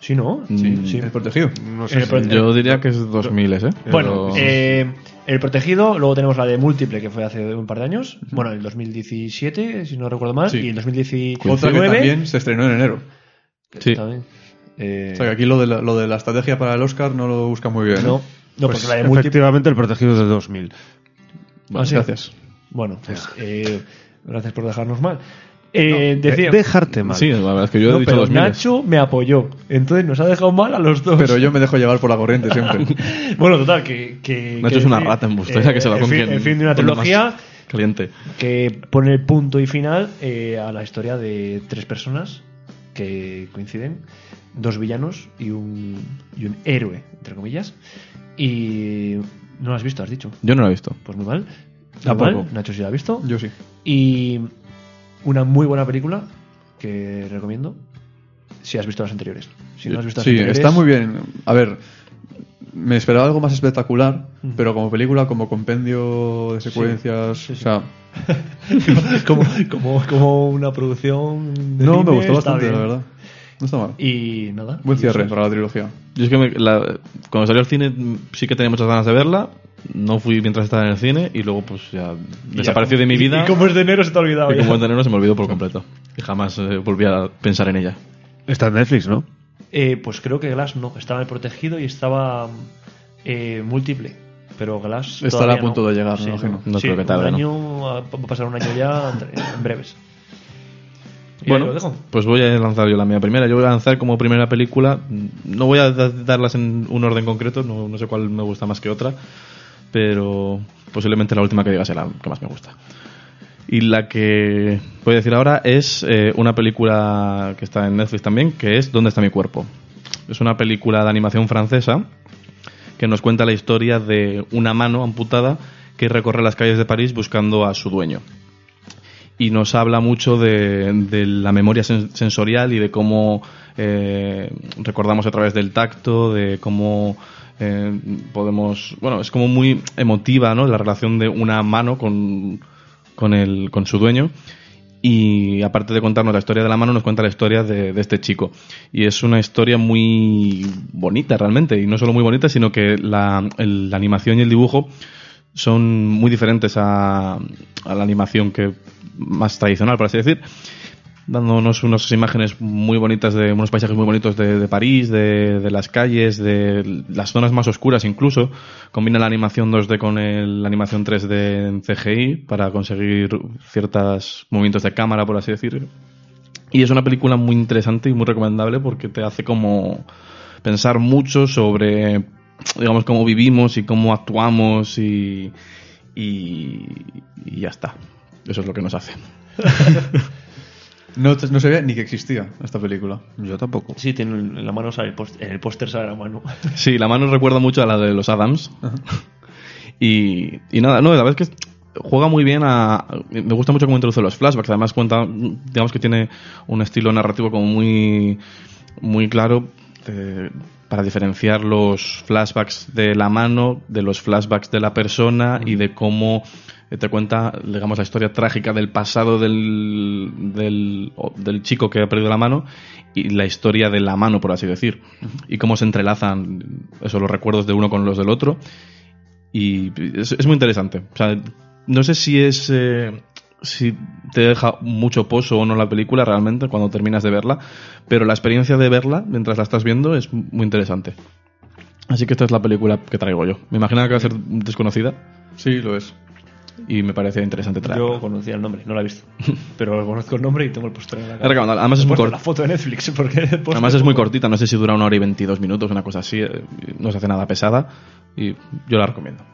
Speaker 2: Sí, ¿no?
Speaker 1: Mm.
Speaker 2: sí.
Speaker 3: El protegido.
Speaker 4: No
Speaker 2: Eh,
Speaker 4: sé si-
Speaker 2: pero-
Speaker 1: Yo diría que es 2000, ¿eh?
Speaker 2: Bueno,
Speaker 1: Pero-
Speaker 2: eh, el protegido, luego tenemos la de múltiple que fue hace un par de años, bueno, el 2017, si no recuerdo mal,
Speaker 3: Sí.
Speaker 2: y el 2019.
Speaker 3: Otra que también se estrenó en enero.
Speaker 1: Sí.
Speaker 2: también,
Speaker 3: O
Speaker 2: eh,
Speaker 3: sea que aquí lo de la, lo de la estrategia para el Oscar no lo busca muy bien. ¿eh?
Speaker 2: no, no,
Speaker 4: Pues
Speaker 2: porque la de múltiple.
Speaker 4: efectivamente el protegido es del 2000.
Speaker 2: Ah, sí.
Speaker 3: Gracias.
Speaker 2: Bueno, pues eh, gracias por dejarnos mal. Eh, decía,
Speaker 4: De- Dejarte mal.
Speaker 1: Sí, la verdad es que yo
Speaker 2: no,
Speaker 1: he dicho
Speaker 2: pero
Speaker 1: 2000.
Speaker 2: Nacho me apoyó, entonces nos ha dejado mal a los dos.
Speaker 3: Pero yo me dejo llevar por la corriente siempre.
Speaker 2: Bueno, total, que. que
Speaker 1: Nacho
Speaker 2: que
Speaker 1: es una
Speaker 2: decir,
Speaker 1: rata embustera
Speaker 2: eh,
Speaker 1: que se va
Speaker 2: el
Speaker 1: con
Speaker 2: fin-
Speaker 1: quien.
Speaker 2: El fin de una
Speaker 1: con lo más
Speaker 2: trilogía.
Speaker 1: Caliente.
Speaker 2: que pone el punto y final eh, a la historia de tres personas que coinciden, dos villanos y un, y un héroe, entre comillas. Y no lo has visto, has dicho.
Speaker 1: Yo no la he visto.
Speaker 2: Pues muy mal. Muy
Speaker 1: Tampoco.
Speaker 2: mal. Nacho sí la ha visto.
Speaker 3: Yo sí.
Speaker 2: Y una muy buena película que recomiendo si has visto las anteriores. Si no has visto las
Speaker 3: Sí,
Speaker 2: anteriores,
Speaker 3: está muy bien. A ver, me esperaba algo más espectacular, pero como película, como compendio de secuencias.
Speaker 2: sí, sí.
Speaker 3: O sea,
Speaker 2: como, como, como una producción. de
Speaker 3: no,
Speaker 2: cine,
Speaker 3: me gustó
Speaker 2: está
Speaker 3: bastante,
Speaker 2: bien.
Speaker 3: la verdad. No está mal.
Speaker 2: Y nada.
Speaker 3: Buen
Speaker 2: y
Speaker 3: cierre
Speaker 2: eso es.
Speaker 3: para la trilogía.
Speaker 1: Yo es que me- la- cuando salió al cine mm, sí que tenía muchas ganas de verla. No fui mientras estaba en el cine y luego pues ya desapareció de mi vida.
Speaker 2: Y como es de enero se te ha olvidado.
Speaker 1: Y
Speaker 2: ya.
Speaker 1: como en enero se me olvidó por completo. Y jamás eh, volví a pensar en ella.
Speaker 4: Está en Netflix, ¿no?
Speaker 2: Eh, pues creo que Glass no. Estaba en el protegido y estaba eh, múltiple. Pero Glass. todavía
Speaker 3: Estará a punto
Speaker 2: no.
Speaker 3: de llegar, me imagino.
Speaker 1: No
Speaker 2: Sí,
Speaker 1: creo que tarde,
Speaker 2: un
Speaker 1: ¿no?
Speaker 2: año, ah, Va a pasar un año ya entre- en breves. Y ahí lo dejo.
Speaker 1: pues voy a lanzar yo la mía primera. Yo voy a lanzar como primera película. No voy a da- darlas en un orden concreto, no, no sé cuál me gusta más que otra, pero posiblemente la última que diga sea la que más me gusta. Y la que voy a decir ahora es eh, una película que está en Netflix también, que es ¿Dónde está mi cuerpo? Es una película de animación francesa que nos cuenta la historia de una mano amputada que recorre las calles de París buscando a su dueño. Y nos habla mucho de, de la memoria sen- sensorial y de cómo eh, recordamos a través del tacto, de cómo eh, podemos... Bueno, es como muy emotiva ¿no? la relación de una mano con, con, el, con su dueño. Y aparte de contarnos la historia de la mano, nos cuenta la historia de, de este chico. Y es una historia muy bonita realmente. Y no solo muy bonita, sino que la, el- la animación y el dibujo son muy diferentes a, a la animación que más tradicional, por así decir. Dándonos unas imágenes muy bonitas, de unos paisajes muy bonitos de, de París, de, de las calles, de las zonas más oscuras incluso. Combina la animación 2D con el- la animación 3D en CGI para conseguir ciertos movimientos de cámara, por así decir. Y es una película muy interesante y muy recomendable porque te hace como pensar mucho sobre, digamos, cómo vivimos y cómo actuamos y, y, y ya está. Eso es lo que nos hace.
Speaker 3: No, te- no sabía ni que existía esta película.
Speaker 4: Yo tampoco.
Speaker 2: Sí, tiene en la mano sale el póster, en el póster sale la mano.
Speaker 1: Sí, la mano recuerda mucho a la de los Adams. Y, y nada, no, la verdad es que juega muy bien a... Me gusta mucho cómo introduce los flashbacks. Además cuenta, digamos que tiene un estilo narrativo como muy, muy claro eh, para diferenciar los flashbacks de la mano, de los flashbacks de la persona y de cómo eh, te cuenta, digamos, la historia trágica del pasado del, del, o- del chico que ha perdido la mano y la historia de la mano, por así decir. Y cómo se entrelazan eso, los recuerdos de uno con los del otro. Y es, es muy interesante. O sea, no sé si es. eh, si te deja mucho pozo o no la película realmente cuando terminas de verla, pero la experiencia de verla mientras la estás viendo es muy interesante. Así que esta es la película que traigo yo. Me imaginaba que va a ser desconocida
Speaker 3: Sí, lo es.
Speaker 1: y me parece interesante traerla.
Speaker 2: Yo conocía el nombre, no la he visto. Pero conozco el nombre y tengo el póster en la
Speaker 1: Es
Speaker 2: cara.
Speaker 1: recomendable. Además es,
Speaker 2: He
Speaker 1: muy
Speaker 2: puesto
Speaker 1: cort-
Speaker 2: la foto de Netflix porque el póster-
Speaker 1: Además es muy cortita, no sé si dura una hora y 22 minutos, una cosa así, eh, no se hace nada pesada y yo la recomiendo.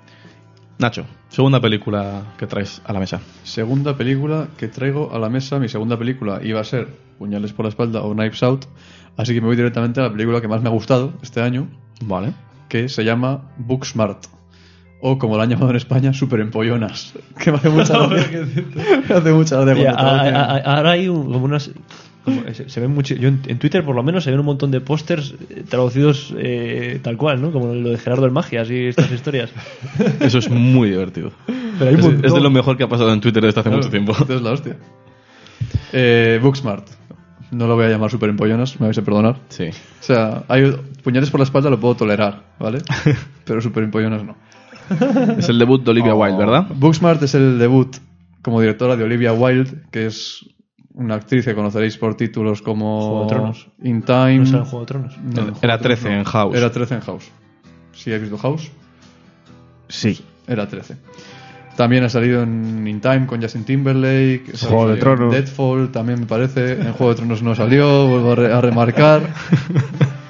Speaker 1: Nacho, segunda película que traes a la mesa.
Speaker 3: Segunda película que traigo a la mesa, mi segunda película iba a ser Puñales por la espalda o Knives Out, así que me voy directamente a la película que más me ha gustado este año,
Speaker 1: Vale.
Speaker 3: que se llama Booksmart, o como la han llamado en España, Super Empollonas, que me hace mucha gracia. me hace mucha gracia
Speaker 2: Oye, a-
Speaker 3: cuando
Speaker 1: ah,
Speaker 3: traducen.
Speaker 2: a- a- ahora hay un- como unas. como- se, se ven mucho. Yo en, en Twitter, por lo menos, se ven un montón de pósters eh, traducidos eh, tal cual, ¿no? Como lo de Gerardo el Magia, así estas historias.
Speaker 1: Eso es muy divertido.
Speaker 2: Pero hay un
Speaker 1: es,
Speaker 2: montón.
Speaker 1: es de lo mejor que ha pasado en Twitter desde hace
Speaker 3: Claro,
Speaker 1: mucho tiempo.
Speaker 3: esto es la hostia. Eh, Booksmart. No lo voy a llamar Super Empollonas, me vais a perdonar.
Speaker 1: Sí.
Speaker 3: O sea, hay puñales por la espalda lo puedo tolerar, ¿vale? Pero Super Empollonas no.
Speaker 1: Es el debut de
Speaker 2: Oh.
Speaker 1: Olivia Wilde, ¿verdad?
Speaker 3: Booksmart es el debut como directora de Olivia Wilde, que es una actriz que conoceréis por títulos como
Speaker 2: Juego de Tronos.
Speaker 3: In Time.
Speaker 2: No sale en Juego de Tronos.
Speaker 3: No, en Juego
Speaker 1: Era
Speaker 3: de Tronos
Speaker 1: 13 en House.
Speaker 3: Era 13 en House. ¿Sí habéis visto House?
Speaker 4: Sí.
Speaker 3: Era 13. También ha salido en In Time con Justin Timberlake. ha salido
Speaker 4: Juego de
Speaker 3: en
Speaker 4: Tronos.
Speaker 3: Deadfall también me parece. En Juego de Tronos no salió, vuelvo a, re- a remarcar.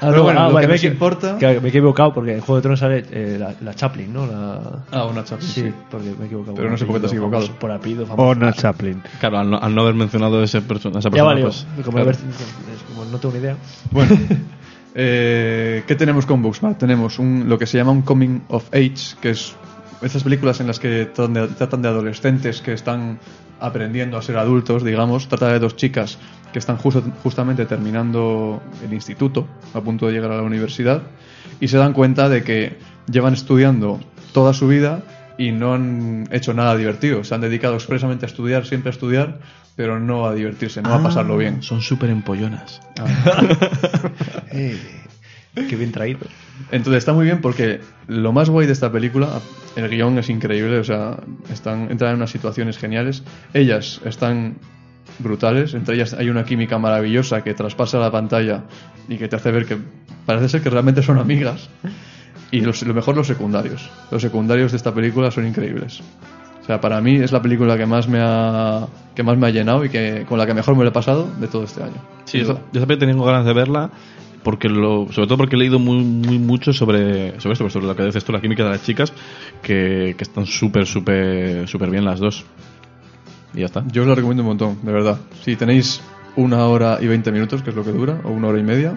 Speaker 2: Ah,
Speaker 3: Pero bueno, lo que
Speaker 2: me
Speaker 3: nos
Speaker 2: he equi-
Speaker 3: importa-
Speaker 2: que me he equivocado porque en Juego de Tronos sale eh, la, la Chaplin, ¿no? La...
Speaker 3: Ah, una chapa.
Speaker 2: Sí, porque me he equivocado.
Speaker 3: Pero no sé por qué te has
Speaker 2: Apellido,
Speaker 3: equivocado.
Speaker 2: famoso, Por apellido, famoso.
Speaker 4: Ona Chaplin.
Speaker 1: Claro, al no, al no haber mencionado a esa persona, a esa
Speaker 2: Ya
Speaker 1: persona
Speaker 2: valió.
Speaker 1: pues,
Speaker 2: como,
Speaker 1: claro.
Speaker 2: haber- es como no tengo ni idea.
Speaker 3: Bueno, eh, ¿qué tenemos con Booksmart? Tenemos un, lo que se llama un Coming of Age, que es estas películas en las que tratan de, tratan de adolescentes que están aprendiendo a ser adultos, digamos. Trata de dos chicas que están justo- justamente terminando el instituto, a punto de llegar a la universidad, y se dan cuenta de que llevan estudiando toda su vida y no han hecho nada divertido. Se han dedicado expresamente a estudiar, siempre a estudiar, pero no a divertirse, no a pasarlo bien.
Speaker 1: Son súper empollonas.
Speaker 2: Eh, Qué bien traído.
Speaker 3: Entonces está muy bien porque lo más guay de esta película, el guión es increíble, o sea, están, entran en unas situaciones geniales. Ellas están brutales, entre ellas hay una química maravillosa que traspasa la pantalla y que te hace ver que parece ser que realmente son amigas. Y los- lo mejor los secundarios. Los secundarios de esta película son increíbles. O sea, para mí es la película que más me ha, que más me ha llenado y que, con la que mejor me lo he pasado de todo este año.
Speaker 1: Sí,
Speaker 3: Sin
Speaker 1: yo
Speaker 3: duda.
Speaker 1: siempre tengo ganas de verla, porque lo, sobre todo porque he leído muy, muy mucho sobre, sobre esto, pues, sobre lo que dices tú, la química de las chicas, que, que están súper, súper, súper bien las dos. Y ya está.
Speaker 3: Yo os la recomiendo un montón, de verdad. Si tenéis una hora y 20 minutos, que es lo que dura, o una hora y media,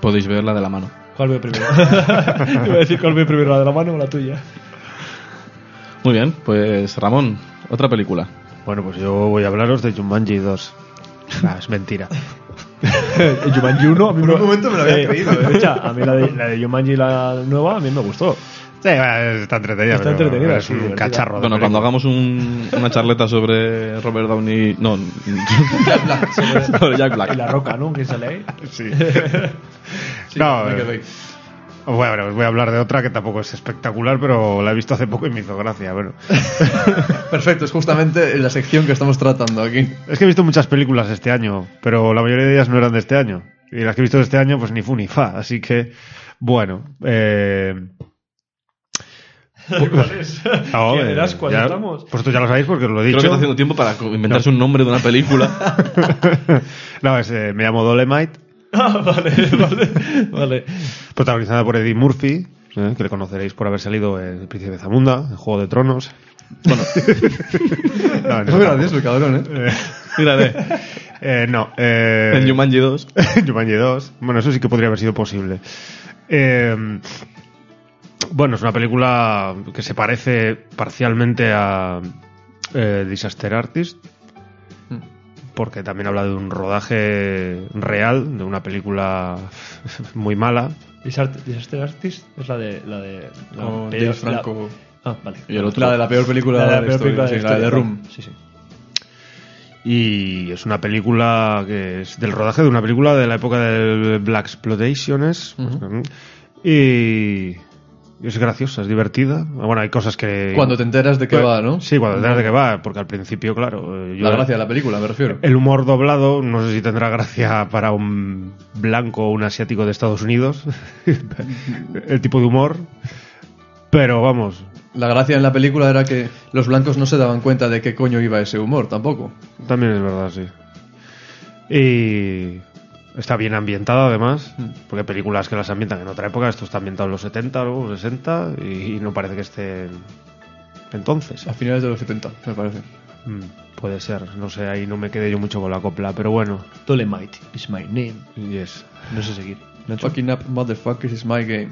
Speaker 1: Podéis verla de la mano.
Speaker 2: ¿Cuál ve primero? Iba a decir cuál ve primero, la de la mano o la tuya.
Speaker 1: Muy bien, pues Ramón, otra película.
Speaker 4: Bueno, pues yo voy a hablaros de Jumanji 2. Ah, es mentira.
Speaker 2: Jumanji 1, a mí me...
Speaker 4: un momento me lo había creído, eh.
Speaker 2: escucha, a mí la de, la de Jumanji, la nueva, a mí me gustó.
Speaker 4: Sí, bueno, está entretenida.
Speaker 2: Está
Speaker 4: pero
Speaker 2: entretenida,
Speaker 4: Es
Speaker 2: sí,
Speaker 4: un
Speaker 2: divertida.
Speaker 4: cacharro. de
Speaker 1: Bueno, cuando hagamos un- una charleta sobre Robert Downey. No, Jack Black. sobre Jack
Speaker 2: Y la
Speaker 1: Black.
Speaker 2: roca, ¿no? Que sale ahí.
Speaker 4: película. Sí. no,
Speaker 3: Michael
Speaker 4: eh,
Speaker 3: Bay.
Speaker 4: bueno, os voy a hablar de otra que tampoco es espectacular, pero la he visto hace poco y me hizo gracia. Bueno,
Speaker 3: Perfecto, es justamente la sección que estamos tratando aquí.
Speaker 4: es que he visto muchas películas este año, pero la mayoría de ellas no eran de este año. Y las que he visto de este año, pues ni fu ni fa. Así que, bueno. Eh,
Speaker 2: ¿Cuál es?
Speaker 4: no,
Speaker 2: ¿Quién
Speaker 4: eh,
Speaker 2: eras? ¿Cuál
Speaker 4: ya-
Speaker 2: estamos?
Speaker 4: Pues tú ya lo sabéis porque os lo he dicho.
Speaker 1: Creo que está haciendo tiempo para inventarse un nombre de una película.
Speaker 4: no, es, eh, me llamo Dolemite.
Speaker 2: Ah, vale, vale, vale.
Speaker 4: protagonizada por Eddie Murphy, ¿eh? que le conoceréis por haber salido en El Príncipe de Zamunda, en Juego de Tronos. Bueno, no, en
Speaker 3: Es
Speaker 4: eso
Speaker 3: muy
Speaker 4: tampoco.
Speaker 3: gracioso, cabrón, ¿eh?
Speaker 1: Mírale.
Speaker 4: Eh, no, eh,
Speaker 1: En Jumanji 2.
Speaker 4: Jumanji 2. Bueno, eso sí que podría haber sido posible. Eh, bueno, es una película que se parece parcialmente a eh, Disaster Artist, porque también habla de un rodaje real, de una película muy mala.
Speaker 2: Disart- Disaster Artist es la de. La de la
Speaker 3: Con
Speaker 2: pe-
Speaker 3: James
Speaker 2: la-
Speaker 3: Franco.
Speaker 2: Ah, vale.
Speaker 1: Y el otro.
Speaker 3: La de la peor película
Speaker 2: La de la
Speaker 3: de
Speaker 2: peor película
Speaker 3: historia,
Speaker 2: de
Speaker 3: sí, la de
Speaker 2: historia.
Speaker 3: The Room.
Speaker 2: Sí, sí.
Speaker 4: Y es una película que es del rodaje de una película de la época del Black Exploitations. Y es graciosa, es divertida. Bueno, hay cosas que.
Speaker 3: Cuando te enteras de qué va, ¿no?
Speaker 4: Pues, Sí, cuando te enteras de que va, porque al principio, claro. eh, yo-
Speaker 3: La gracia de la película, me refiero.
Speaker 4: El humor doblado, no sé si tendrá gracia para un blanco o un asiático de Estados Unidos. el tipo de humor. Pero vamos,
Speaker 3: La gracia en la película era que los blancos no se daban cuenta de qué coño iba ese humor, tampoco.
Speaker 4: También es verdad, sí. Y está bien ambientada, además, porque hay películas que las ambientan en otra época, esto está ambientado en los 70 o 60 y, y no parece que esté entonces.
Speaker 3: A finales de los 70, me parece.
Speaker 4: Mm, puede ser, no sé, ahí no me quedé yo mucho con la copla, pero bueno,
Speaker 2: Dolemite is my name.
Speaker 4: y es.
Speaker 2: No sé seguir. Nacho,
Speaker 3: Fucking up motherfuckers is my game.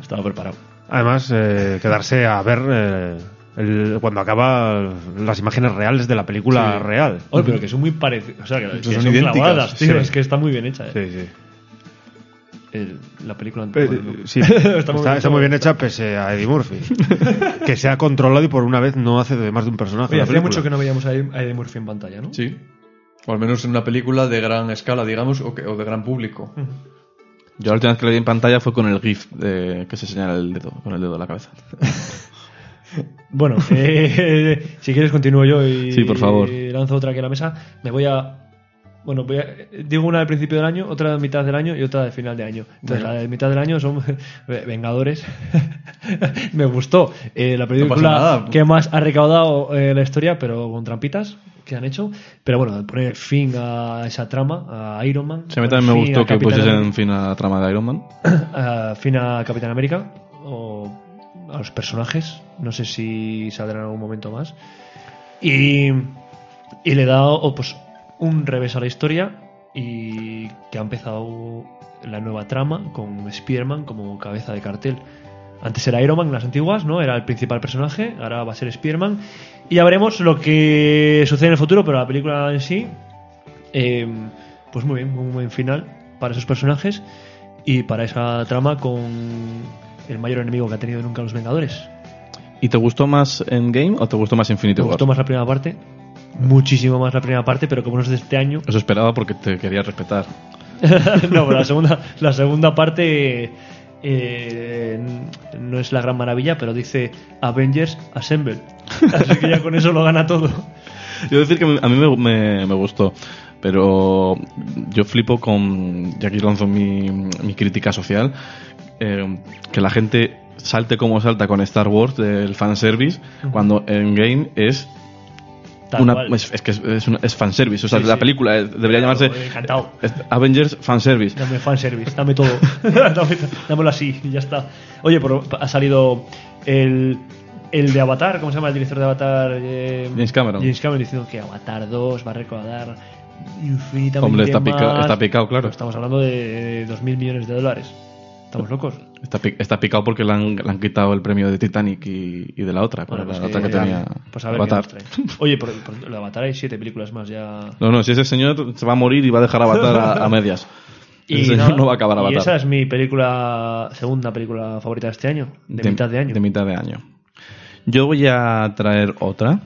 Speaker 2: estaba preparado.
Speaker 4: Además, eh, quedarse a ver eh, el- cuando acaba las imágenes reales de la película real.
Speaker 2: Oye, pero que son muy parecidas. O sea, que, que
Speaker 4: son
Speaker 2: son,
Speaker 4: idénticas,
Speaker 2: clavadas, tío.
Speaker 4: sí.
Speaker 2: Es que está muy bien hecha. eh.
Speaker 4: Sí, sí.
Speaker 2: El- la película
Speaker 4: Eh,
Speaker 2: anterior.
Speaker 4: eh, sí. está,
Speaker 2: muy
Speaker 4: está
Speaker 2: bien hecha.
Speaker 4: muy bien hecha pese a Eddie Murphy. que se ha controlado y por una vez no hace de más de un personaje. en
Speaker 2: Oye,
Speaker 4: la
Speaker 2: hacía
Speaker 4: película.
Speaker 2: mucho que no veíamos a Eddie a Eddie Murphy en pantalla, ¿no?
Speaker 3: Sí. O al menos en una película de gran escala, digamos, o, que- o de gran público.
Speaker 1: Yo la última vez que la vi en pantalla fue con el GIF de- que se señala el dedo, con el dedo de la cabeza.
Speaker 2: Bueno, eh, si quieres continúo yo y,
Speaker 1: Sí, por favor.
Speaker 2: y lanzo otra aquí a la mesa. Me voy a... Bueno, voy a- digo una del principio del año, otra de mitad del año y otra de final de año. Entonces,
Speaker 3: Venga.
Speaker 2: la de mitad del año son Vengadores. Me gustó eh, la
Speaker 3: pasa
Speaker 2: película
Speaker 3: nada.
Speaker 2: que más ha recaudado eh, la historia, pero con trampitas que han hecho. Pero bueno, poner fin a esa trama, a Iron Man.
Speaker 1: Sí, a mí también me
Speaker 2: fin
Speaker 1: gustó
Speaker 2: a
Speaker 1: que
Speaker 2: Capitán
Speaker 1: pusiesen fin a la trama de Iron Man.
Speaker 2: a fin Ah, a Capitán América o a los personajes. No sé si saldrán en algún momento más. Y, y le da o, pues, un revés a la historia y que ha empezado la nueva trama con Spider-Man como cabeza de cartel. Antes era Iron Man en las antiguas, ¿no? Era el principal personaje, ahora va a ser Spider-Man. Y ya veremos lo que sucede en el futuro, pero la película en sí eh, pues muy bien, un buen final para esos personajes y para esa trama con el mayor enemigo que ha tenido nunca los Vengadores.
Speaker 1: ¿Y te gustó más Endgame o te gustó más Infinity
Speaker 2: Me
Speaker 1: War?
Speaker 2: gustó más la primera parte, muchísimo más la primera parte, pero como no es de este año,
Speaker 1: Eso esperaba porque te quería respetar.
Speaker 2: no, pero la segunda, la segunda parte eh, n- no es la gran maravilla, pero dice Avengers Assemble. Así que ya con eso lo gana todo.
Speaker 1: Yo decir que a mí me, me- me gustó, pero yo flipo con, ya aquí lanzo mi, mi crítica social, eh, que la gente salte como salta con Star Wars del fanservice, cuando Endgame es...
Speaker 2: Tal
Speaker 1: una-
Speaker 2: cual.
Speaker 1: es, es que es, es un- es fanservice, o sea,
Speaker 2: Sí,
Speaker 1: la
Speaker 2: sí.
Speaker 1: película eh, debería
Speaker 2: Claro,
Speaker 1: llamarse
Speaker 2: eh, encantado.
Speaker 1: eh, Avengers Fanservice.
Speaker 2: Dame fanservice, dame todo. dame, dámelo así y ya está. Oye, pero ha salido el el de Avatar, ¿cómo se llama el director de Avatar? Eh,
Speaker 1: James Cameron.
Speaker 2: James Cameron diciendo que Avatar 2 va a recaudar infinitamente
Speaker 1: Hombre, está, pica-
Speaker 2: más.
Speaker 1: está picado, claro.
Speaker 2: Pero estamos hablando de 2.000 millones de dólares. ¿Estamos locos?
Speaker 1: Está, pi- está picado porque le han, le han quitado el premio de Titanic y, y de la otra, pero
Speaker 2: Bueno, pues
Speaker 1: la otra que
Speaker 2: a ver,
Speaker 1: tenía
Speaker 2: pues a ver
Speaker 1: Avatar.
Speaker 2: qué nos trae. Oye, por, por lo de Avatar hay siete películas más ya.
Speaker 1: No, no, si ese señor se va a morir y va a dejar Avatar a, a medias. Ese
Speaker 2: Y
Speaker 1: señor
Speaker 2: nada,
Speaker 1: no va a acabar
Speaker 2: Y
Speaker 1: Avatar.
Speaker 2: esa es mi película, segunda película favorita de este año, de, mitad de año.
Speaker 1: De mitad de año. Yo voy a traer otra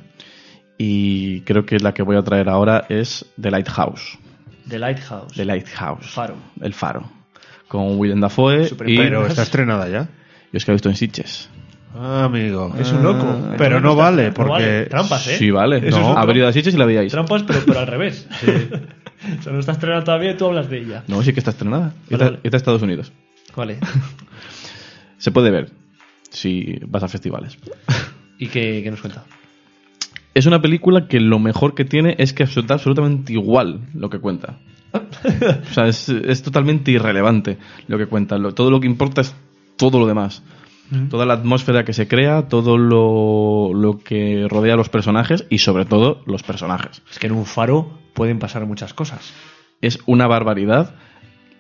Speaker 1: y creo que la que voy a traer ahora es The Lighthouse.
Speaker 2: The Lighthouse.
Speaker 1: The Lighthouse.
Speaker 2: Faro.
Speaker 1: El Faro. Con Willem Dafoe y...
Speaker 4: Pero está estrenada ya.
Speaker 1: Yo es que he visto en Sitches.
Speaker 4: Amigo.
Speaker 2: Es un loco.
Speaker 4: Ah, Pero no vale,
Speaker 2: No vale.
Speaker 4: porque.
Speaker 2: Trampas, ¿eh?
Speaker 1: Sí, vale.
Speaker 4: Eso es
Speaker 1: No,
Speaker 4: otro-
Speaker 1: ha venido a Sitges y la veíais.
Speaker 2: Trampas, pero, pero al revés. o sea, no está estrenada todavía y tú hablas de ella.
Speaker 1: No, sí que está estrenada. Y
Speaker 2: Vale,
Speaker 1: está-
Speaker 2: vale.
Speaker 1: y está en Estados Unidos.
Speaker 2: Vale.
Speaker 1: Se puede ver si vas a festivales.
Speaker 2: ¿Y qué, qué nos cuenta?
Speaker 1: Es una película que lo mejor que tiene es que está absolutamente igual lo que cuenta. O sea, es, es totalmente irrelevante lo que cuenta. Lo- todo lo que importa es todo lo demás. Toda la atmósfera que se crea, todo lo, lo que rodea a los personajes y sobre todo los personajes.
Speaker 2: Es que en un faro pueden pasar muchas cosas.
Speaker 1: Es una barbaridad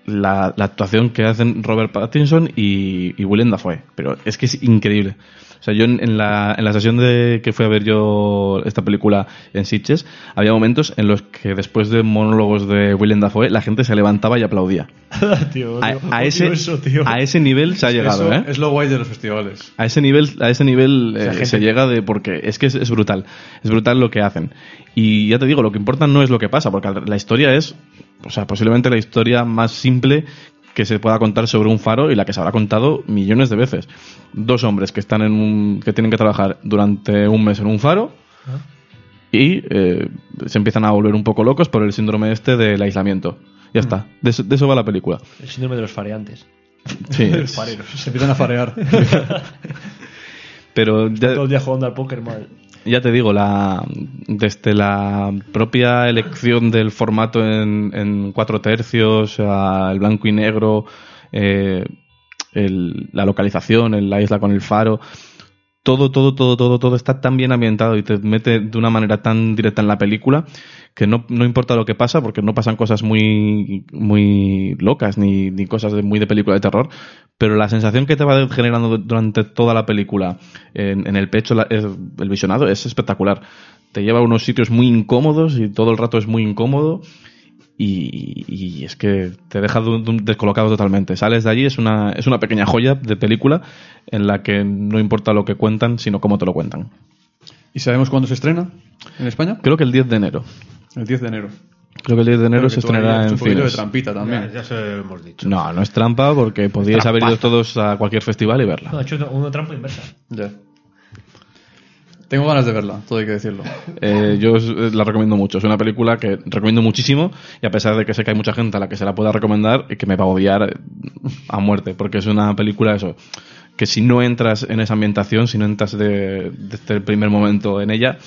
Speaker 1: la, la actuación que hacen Robert Pattinson y, y Willem Dafoe. Pero es que es increíble. O sea, yo en, en la, en la sesión de que fui a ver yo esta película en Sitges, había momentos en los que después de monólogos de Willem Dafoe, la gente se levantaba y aplaudía.
Speaker 2: tío,
Speaker 1: A,
Speaker 2: tío,
Speaker 1: a
Speaker 2: odio
Speaker 1: ese,
Speaker 2: eso, tío.
Speaker 1: a ese nivel se ha llegado,
Speaker 3: Eso
Speaker 1: ¿eh?
Speaker 3: Es lo guay de los festivales.
Speaker 1: A ese nivel, a ese nivel
Speaker 2: sea,
Speaker 1: eh,
Speaker 2: gente-
Speaker 1: se llega de porque es que es, es brutal, es brutal lo que hacen. Y ya te digo, lo que importa no es lo que pasa, porque la historia es, o sea, posiblemente la historia más simple que se pueda contar sobre un faro y la que se habrá contado millones de veces. Dos hombres que están en un, que tienen que trabajar durante un mes en un faro
Speaker 2: Ah.
Speaker 1: y eh, se empiezan a volver un poco locos por el síndrome este del aislamiento.
Speaker 2: Mm.
Speaker 1: Ya está, de eso, de eso va la película.
Speaker 2: El síndrome de los fareantes.
Speaker 1: Sí,
Speaker 2: Los fareros.
Speaker 3: Se empiezan a farear.
Speaker 1: pero ya-
Speaker 2: Todo el día jugando al póker mal.
Speaker 1: Ya te digo, la, desde la propia elección del formato en, en cuatro tercios, al blanco y negro, eh, el- la localización, el- la isla con el faro, todo, todo, todo, todo, todo está tan bien ambientado y te mete de una manera tan directa en la película que no, no importa lo que pasa, porque no pasan cosas muy, muy locas ni, ni cosas de- muy de película de terror, pero la sensación que te va generando durante toda la película en, en el pecho, la- es- el visionado, es espectacular. Te lleva a unos sitios muy incómodos y todo el rato es muy incómodo y, y es que te deja de- de- descolocado totalmente. Sales de allí, es una, es una pequeña joya de película en la que no importa lo que cuentan, sino cómo te lo cuentan.
Speaker 3: ¿Y sabemos cuándo se estrena? ¿En España?
Speaker 1: Creo que el 10 de enero.
Speaker 3: El 10 de enero.
Speaker 1: Creo que el 10 de enero
Speaker 3: Pero
Speaker 1: se
Speaker 3: que tú ahí has
Speaker 1: estrenará
Speaker 3: hecho
Speaker 1: en
Speaker 3: un poquito de
Speaker 1: cines.
Speaker 3: trampita también.
Speaker 4: Ya, ya se lo hemos dicho.
Speaker 1: No, no es trampa porque podíais haber ido todos a cualquier festival y verla.
Speaker 2: No, ha hecho una trampa inversa.
Speaker 3: Ya. Tengo ganas de verla, todo hay que decirlo.
Speaker 1: Eh, yo os- eh, la recomiendo mucho. Es una película que recomiendo muchísimo y a pesar de que sé que hay mucha gente a la que se la pueda recomendar, eh, que me va a odiar eh, a muerte, porque es una película eso que si no entras en esa ambientación, si no entras de- desde el primer momento en ella,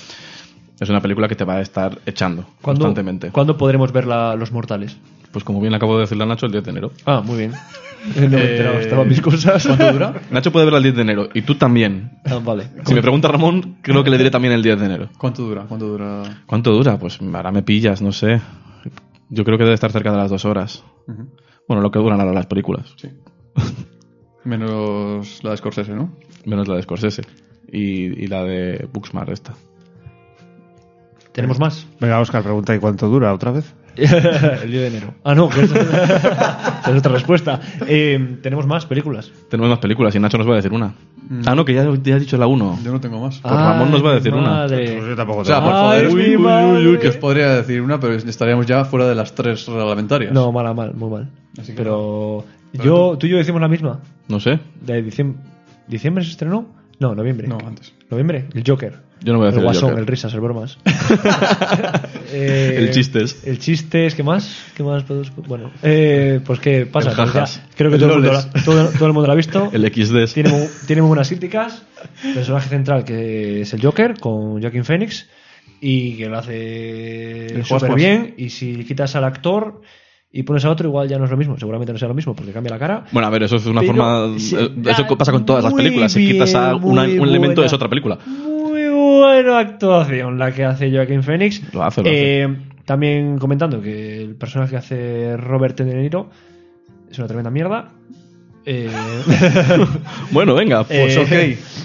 Speaker 1: es una película que te va a estar echando
Speaker 2: ¿Cuándo,
Speaker 1: constantemente.
Speaker 2: ¿Cuándo podremos ver la- los mortales?
Speaker 1: Pues como bien acabo de decirle a Nacho, el 10 de enero.
Speaker 2: Ah, muy bien. No me he enterado,
Speaker 3: Eh,
Speaker 2: estaban mis cosas.
Speaker 3: ¿Cuánto dura?
Speaker 1: Nacho puede verla el 10 de enero y tú también.
Speaker 2: Ah, vale.
Speaker 1: Si me pregunta Ramón, creo que le diré también el 10 de enero.
Speaker 3: ¿Cuánto dura? ¿Cuánto dura?
Speaker 1: ¿Cuánto dura? Pues ahora me pillas, no sé. Yo creo que debe estar cerca de las dos horas.
Speaker 3: Ujú,
Speaker 1: Bueno, lo que duran ahora las películas,
Speaker 3: Sí. Menos la de Scorsese, ¿no?
Speaker 1: menos la de Scorsese y, y la de Booksmart esta.
Speaker 2: ¿Tenemos más?
Speaker 4: Venga, Oscar, pregunta: ¿y cuánto dura otra vez?
Speaker 2: el 10 de enero. Ah, no, que es, esa es otra respuesta. Eh, tenemos más películas.
Speaker 1: Tenemos más películas y Nacho nos va a decir una.
Speaker 2: Mm.
Speaker 1: Ah, no, que ya, ya has dicho la 1.
Speaker 3: Yo no tengo más.
Speaker 1: Ah, Ramón nos va a decir una.
Speaker 2: madre.
Speaker 4: Pues yo tampoco
Speaker 3: O sea,
Speaker 4: tengo.
Speaker 3: por
Speaker 2: Ay,
Speaker 3: favor,
Speaker 2: mi
Speaker 3: uy, uy, uy, uy,
Speaker 2: madre.
Speaker 3: que os podría decir una, pero estaríamos ya fuera de las tres reglamentarias.
Speaker 2: No, mala, mal, muy mal.
Speaker 3: Así que
Speaker 2: Pero yo, tú y yo decimos la misma.
Speaker 1: No sé,
Speaker 2: De diciembre, ¿Diciembre se estrenó? No, noviembre.
Speaker 3: No, antes.
Speaker 2: ¿Noviembre? El Joker.
Speaker 1: Yo no voy a decir
Speaker 2: El
Speaker 1: el
Speaker 2: Guasón,
Speaker 1: Joker.
Speaker 2: el Risas, el Bromas. Eh,
Speaker 1: El Chistes.
Speaker 2: El Chistes, ¿qué más? ¿Qué más? podemos- Bueno, eh, pues qué pasa.
Speaker 1: El
Speaker 2: Pues ya,
Speaker 1: Jajas.
Speaker 2: creo que
Speaker 3: El
Speaker 2: todo el, mundo
Speaker 3: Loles.
Speaker 2: la- todo- todo el mundo lo ha visto.
Speaker 1: el XD.
Speaker 2: Tiene muy, tiene muy buenas críticas. El personaje central que es el Joker con Joaquin Phoenix y que lo hace
Speaker 3: El Juas
Speaker 2: súper
Speaker 3: Juas.
Speaker 2: bien. Y si quitas al actor y pones a otro, igual ya no es lo mismo. Seguramente no sea lo mismo porque cambia la cara.
Speaker 1: Bueno, a ver, eso es una
Speaker 2: Pero
Speaker 1: forma.
Speaker 2: sí,
Speaker 1: eh,
Speaker 2: ya,
Speaker 1: eso pasa con todas las
Speaker 2: muy
Speaker 1: películas. Si quitas a
Speaker 2: bien,
Speaker 1: una-
Speaker 2: muy
Speaker 1: un elemento,
Speaker 2: buena.
Speaker 1: es otra película.
Speaker 2: Muy buena actuación la que hace Joaquin Phoenix.
Speaker 1: Lo hace, lo hace.
Speaker 2: Eh, También comentando que el personaje que hace Robert De Niro es una tremenda mierda. Eh,
Speaker 1: Bueno, venga, pues
Speaker 2: Eh,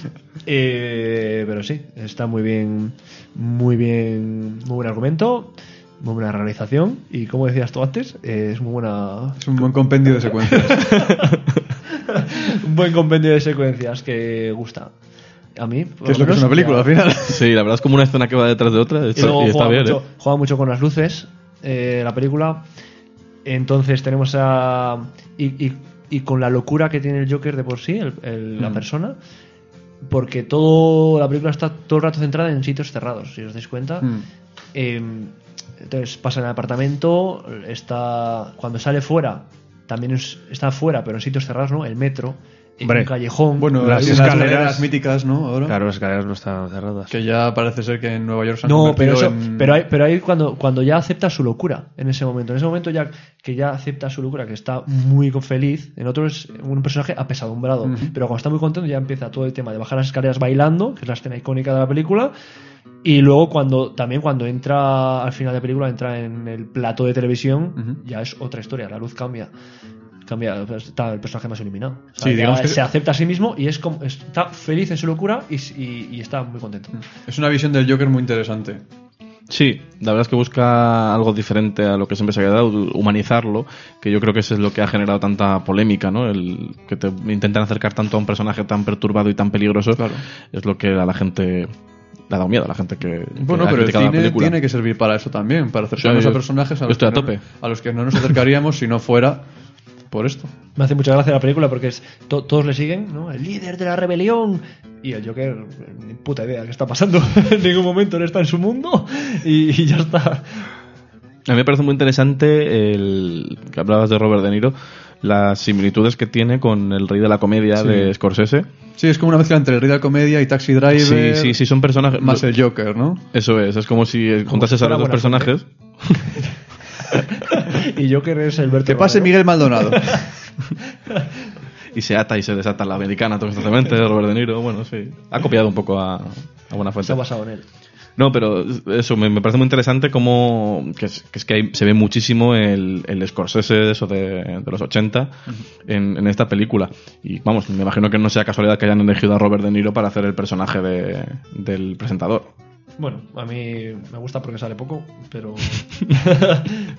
Speaker 1: ok.
Speaker 2: eh, pero sí, está muy bien, muy bien, muy buen argumento, muy buena realización y como decías tú antes, eh, es muy buena,
Speaker 3: Es un buen compendio de secuencias.
Speaker 2: un buen compendio de secuencias que gusta. A mí, por
Speaker 3: que es lo que es
Speaker 2: menos,
Speaker 3: una película,
Speaker 2: ya-
Speaker 3: al final.
Speaker 1: Sí, la verdad es como una escena que va detrás de otra.
Speaker 2: Y
Speaker 1: Está,
Speaker 2: luego
Speaker 1: y está
Speaker 2: juega,
Speaker 1: bien,
Speaker 2: mucho,
Speaker 1: ¿eh?
Speaker 2: juega mucho con las luces eh, la película. Entonces tenemos a. Y, y- y con la locura que tiene el Joker de por sí, el- el- la
Speaker 3: Mm.
Speaker 2: persona. Porque todo la película está todo el rato centrada en sitios cerrados, si os dais cuenta.
Speaker 3: Mm.
Speaker 2: Eh, entonces pasa en el apartamento, está cuando sale fuera, también es- está fuera, pero en sitios cerrados, ¿no? El metro, en
Speaker 4: Hombre.
Speaker 2: un callejón.
Speaker 3: Bueno,
Speaker 4: Las
Speaker 3: las,
Speaker 4: escaleras-
Speaker 3: escaleras, míticas, ¿no? Ahora.
Speaker 4: Claro, las escaleras no están cerradas.
Speaker 3: Que ya parece ser que en Nueva York se han
Speaker 2: No, pero eso,
Speaker 3: convertido en-
Speaker 2: pero ahí, pero ahí cuando, cuando ya acepta su locura, en ese momento, en ese momento ya que ya acepta su locura, que está muy feliz, en otro es un personaje apesadumbrado,
Speaker 3: Ujú.
Speaker 2: pero cuando está muy contento ya empieza todo el tema de bajar las escaleras bailando, que es la escena icónica de la película, y luego cuando también cuando entra al final de la película entra en el plato de televisión,
Speaker 3: Ujú.
Speaker 2: ya es otra historia, la luz cambia. Cambia, está el personaje más iluminado. O sea,
Speaker 3: Sí,
Speaker 2: ya
Speaker 3: digamos que-
Speaker 2: se acepta a sí mismo y es como, está feliz en su locura y, y- y está muy contento.
Speaker 3: Es una visión del Joker muy interesante.
Speaker 1: Sí, la verdad es que busca algo diferente a lo que siempre se había dado, humanizarlo, que yo creo que eso es lo que ha generado tanta polémica, ¿no? El que te intentan acercar tanto a un personaje tan perturbado y tan peligroso, es lo que a la gente le ha dado miedo, a la gente que, que
Speaker 3: Bueno,
Speaker 1: ha
Speaker 3: pero el
Speaker 1: criticado la
Speaker 3: cine
Speaker 1: película.
Speaker 3: tiene que servir para eso también, para acercarnos
Speaker 1: Sí, yo-
Speaker 3: a personajes a
Speaker 1: yo
Speaker 3: los,
Speaker 1: estoy a
Speaker 3: que
Speaker 1: tope.
Speaker 3: No, a los que no nos acercaríamos si no fuera por esto.
Speaker 2: Me hace mucha gracia la película porque es, to- todos le siguen, ¿no? El líder de la rebelión. Y el Joker, ni puta idea qué está pasando. en ningún momento él está en su mundo y, y ya está.
Speaker 1: A mí me parece muy interesante el que hablabas de Robert De Niro, las similitudes que tiene con el rey de la comedia
Speaker 3: Sí.
Speaker 1: de Scorsese.
Speaker 3: Sí, es como una mezcla entre Real Comedia y Taxi Driver.
Speaker 1: Sí, sí, sí, son personajes.
Speaker 3: Más el Joker, ¿no?
Speaker 1: Eso es, es como si eh, juntas
Speaker 2: si
Speaker 1: esos
Speaker 2: fuera
Speaker 1: dos
Speaker 2: buena
Speaker 1: personajes.
Speaker 2: Y Joker es el
Speaker 3: Que
Speaker 2: vértigo.
Speaker 3: pase
Speaker 2: ¿no?
Speaker 3: Miguel Maldonado.
Speaker 1: Y se ata y se desata la americana todo constantemente, Robert De Niro, bueno, sí. Ha copiado un poco a, a
Speaker 2: Se ha
Speaker 1: Buenafuente.
Speaker 2: basado en él.
Speaker 1: No, pero eso, me, me parece muy interesante como que es que, es que ahí se ve muchísimo el, el Scorsese de eso de, de los 80 en, en esta película. Y vamos, me imagino que no sea casualidad que hayan elegido a Robert De Niro para hacer el personaje de- del presentador.
Speaker 2: Bueno, a mí me gusta porque sale poco, pero.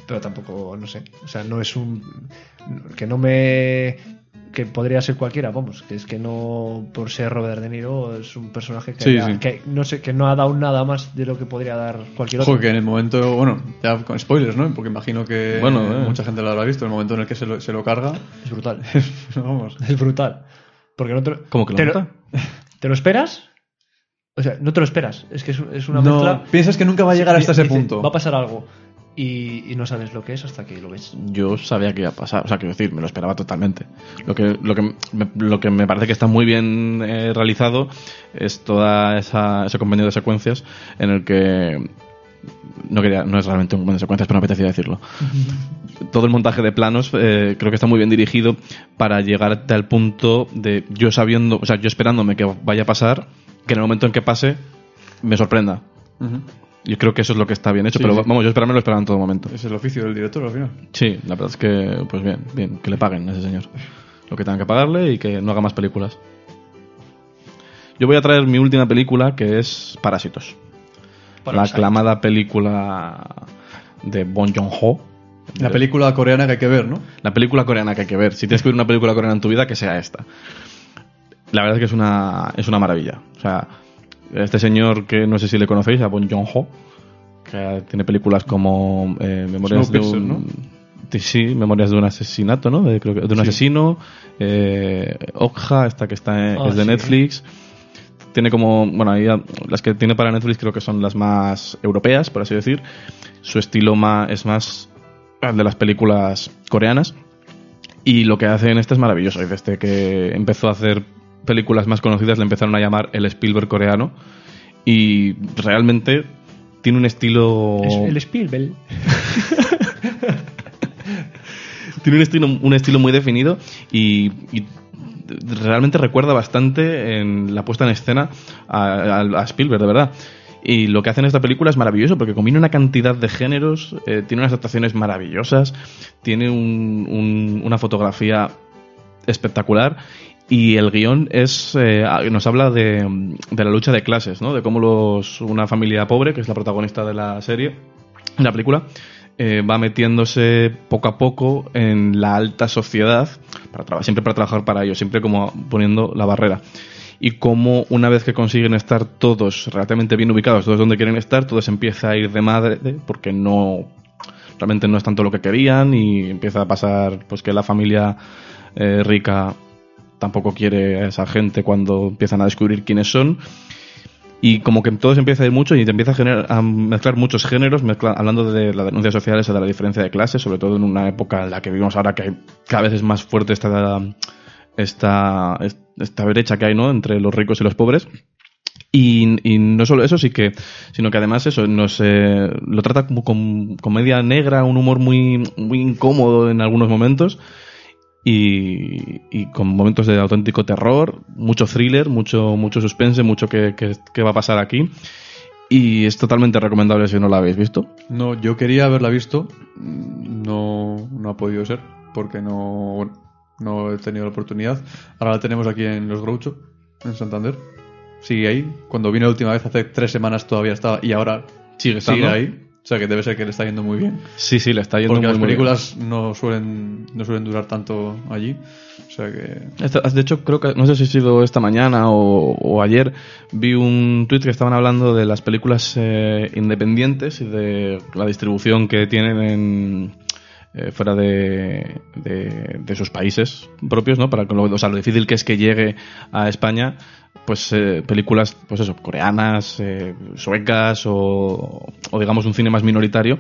Speaker 2: pero tampoco, no sé. O sea, no es un. Que no me. Que podría ser cualquiera, vamos. Que es que no. Por ser Robert De Niro, es un personaje que,
Speaker 3: Sí,
Speaker 2: haya-
Speaker 3: sí.
Speaker 2: que no sé, que no ha dado nada más de lo que podría dar cualquier otro.
Speaker 3: Ojo, que en el momento, bueno, ya con spoilers, ¿no? Porque imagino que
Speaker 1: Bueno,
Speaker 3: eh,
Speaker 1: eh.
Speaker 3: mucha gente lo habrá visto. El momento en el que se lo, se lo carga,
Speaker 2: Es brutal.
Speaker 3: vamos.
Speaker 2: Es brutal. Porque no te lo,
Speaker 1: ¿Cómo que lo
Speaker 2: te
Speaker 1: nota?
Speaker 2: ¿Te lo esperas? O sea, no te lo esperas. Es que es, es una
Speaker 3: no,
Speaker 2: mezcla.
Speaker 3: piensas que nunca va a llegar hasta ese
Speaker 2: Dice,
Speaker 3: punto.
Speaker 2: Va a pasar algo. Y, y no sabes lo que es hasta que lo ves.
Speaker 1: yo sabía que iba a pasar, o sea, quiero decir, me lo esperaba totalmente. Lo que, lo que, me, lo que me parece que está muy bien eh, realizado es toda esa, ese convenio de secuencias en el que no quería, no es realmente un convenio de secuencias, pero me apetecía decirlo. Todo el montaje de planos eh, creo que está muy bien dirigido para llegar al punto de yo sabiendo, o sea, yo esperándome que vaya a pasar, que en el momento en que pase me sorprenda.
Speaker 3: Ujú.
Speaker 1: Yo creo que eso es lo que está bien hecho,
Speaker 3: Sí,
Speaker 1: pero
Speaker 3: sí.
Speaker 1: vamos, yo esperarme lo esperaba en todo momento.
Speaker 3: Es el oficio del director al final.
Speaker 1: Sí, la verdad es que, pues bien, bien, que le paguen a ese señor. Lo que tengan que pagarle y que no haga más películas. Yo voy a traer mi última película, que es Parásitos. la
Speaker 2: Parasite.
Speaker 1: aclamada película de Bong Joon-ho.
Speaker 3: La película coreana que hay que ver, ¿no?
Speaker 1: La película coreana que hay que ver. Si tienes que ver una película coreana en tu vida, que sea esta. La verdad es que es una, es una maravilla. O sea, este señor que no sé si le conocéis, a Bong Joon-ho, que tiene películas como eh, Memorias de
Speaker 3: Snowpiercer,
Speaker 1: un... Sí, Sí, Memorias de un asesinato, ¿no? De, creo que- de un
Speaker 3: Sí.
Speaker 1: asesino. Eh, Okja, esta que está en-
Speaker 2: Ah,
Speaker 1: es de
Speaker 2: sí.
Speaker 1: Netflix. Tiene como, bueno, ahí, ah, las que tiene para Netflix creo que son las más europeas, por así decir. Su estilo ma- es más al de las películas coreanas. Y lo que hace en este es maravilloso. Y desde que empezó a hacer películas más conocidas le empezaron a llamar el Spielberg coreano. Y realmente tiene un estilo...
Speaker 2: Es el Spielberg.
Speaker 1: tiene un estilo, un estilo muy definido y, y realmente recuerda bastante en la puesta en escena a, a- a Spielberg, de verdad. Y lo que hace en esta película es maravilloso porque combina una cantidad de géneros, eh, tiene unas actuaciones maravillosas, tiene un- un- una fotografía espectacular y el guión es eh, ah, nos habla de, mm, de la lucha de clases, ¿no? De cómo los, una familia pobre, que es la protagonista de la serie, de la película, eh, va metiéndose poco a poco en la alta sociedad, para traba- siempre para trabajar para ellos, siempre como poniendo la barrera. Y cómo una vez que consiguen estar todos relativamente bien ubicados, todos donde quieren estar, todo se empieza a ir de madre porque no realmente no es tanto lo que querían y empieza a pasar pues que la familia eh, rica tampoco quiere a esa gente cuando empiezan a descubrir quiénes son y como que todo se empieza a ir mucho y te empieza a, generar- a mezclar muchos géneros, mezcla- hablando de la denuncia social, esa de la diferencia de clases, sobre todo en una época en la que vivimos ahora que cada vez es más fuerte esta, esta, esta brecha que hay ¿no? entre los ricos y los pobres. Y, y no solo eso, sí que, sino que además eso nos eh, lo trata como con comedia negra, un humor muy, muy incómodo en algunos momentos y, y con momentos de auténtico terror, mucho thriller, mucho, mucho suspense, mucho que, que- que va a pasar aquí. Y es totalmente recomendable si no la habéis visto.
Speaker 3: No, yo quería haberla visto. mm, No, no ha podido ser porque no, bueno, no he tenido la oportunidad. Ahora la tenemos aquí en Los Groucho, en Santander. Sigue ahí. Cuando vino la última vez, hace tres semanas todavía estaba y ahora
Speaker 1: Sigue
Speaker 3: sigue ahí. O sea que debe ser que le está yendo muy bien.
Speaker 1: Sí, sí, le está yendo
Speaker 3: Porque
Speaker 1: muy,
Speaker 3: las
Speaker 1: muy bien.
Speaker 3: películas no suelen, no suelen durar tanto allí. O sea que.
Speaker 1: Esta- De hecho, creo que, no sé si ha sido esta mañana o, o ayer, vi un tweet que estaban hablando de las películas eh, independientes y de la distribución que tienen en, eh, fuera de, de- de sus países propios, ¿no? Para, que lo- o sea, lo difícil que es que llegue a España, pues eh, películas, pues eso, coreanas, eh, suecas o, o digamos un cine más minoritario.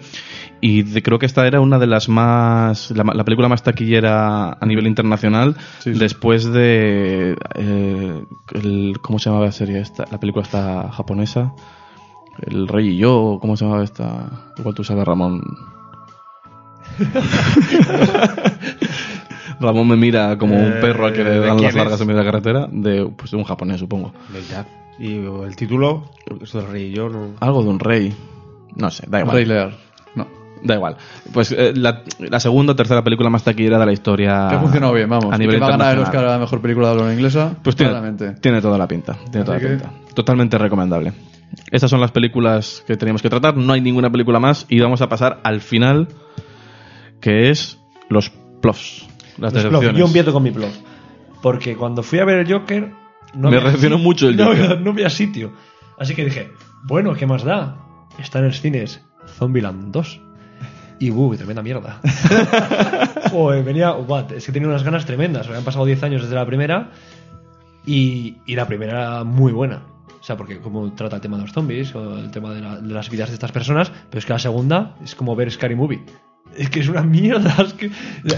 Speaker 1: Y de- creo que esta era una de las más, la, ma- la película más taquillera a nivel internacional
Speaker 3: Sí, sí.
Speaker 1: después de, eh, el- ¿cómo se llamaba la serie esta? La película esta japonesa. El Rey y yo, ¿cómo se llamaba esta? Igual tú sabes, Ramón. Ramón me mira como un
Speaker 4: Eh,
Speaker 1: perro al que le
Speaker 4: ¿de
Speaker 1: dan las
Speaker 4: quién
Speaker 1: largas
Speaker 4: es?
Speaker 1: en medio de la carretera, de, pues, de un japonés, supongo.
Speaker 4: Venga. Y el título, eso del rey y yo, no.
Speaker 1: Algo de un rey. No sé, da igual.
Speaker 3: Rey Lear. No.
Speaker 1: Da igual. Pues eh, la, la segunda o tercera película más taquillera de la historia.
Speaker 3: que ha funcionado bien, vamos.
Speaker 1: Ah, A nivel
Speaker 3: que va a ganar el Oscar
Speaker 1: internacional.
Speaker 3: a la mejor película de habla inglesa.
Speaker 1: Pues tiene,
Speaker 3: claramente.
Speaker 1: tiene toda la pinta. Tiene toda la
Speaker 3: Así que-
Speaker 1: pinta. Totalmente recomendable. Estas son las películas que teníamos que tratar. No hay ninguna película más. Y vamos a pasar al final, que es los plofs. Las
Speaker 2: Los plof.
Speaker 1: decepciones.
Speaker 2: Yo empiezo con mi plof. Porque cuando fui a ver el Joker.
Speaker 1: Me
Speaker 2: había
Speaker 1: reaccionó
Speaker 2: sit-
Speaker 1: mucho el
Speaker 2: no
Speaker 1: Joker.
Speaker 2: había- no había sitio. Así que dije, bueno, ¿qué más da? Está en el cines Zombieland 2. Y uh, tremenda mierda. Joder, venía. what, es que tenía unas ganas tremendas. Habían pasado 10 años desde la primera. Y, y la primera era muy buena. O sea, porque como trata el tema de los zombies o el tema de, la- de las vidas de estas personas, pero es que la segunda es como ver Scary Movie. Es que es una mierda, es que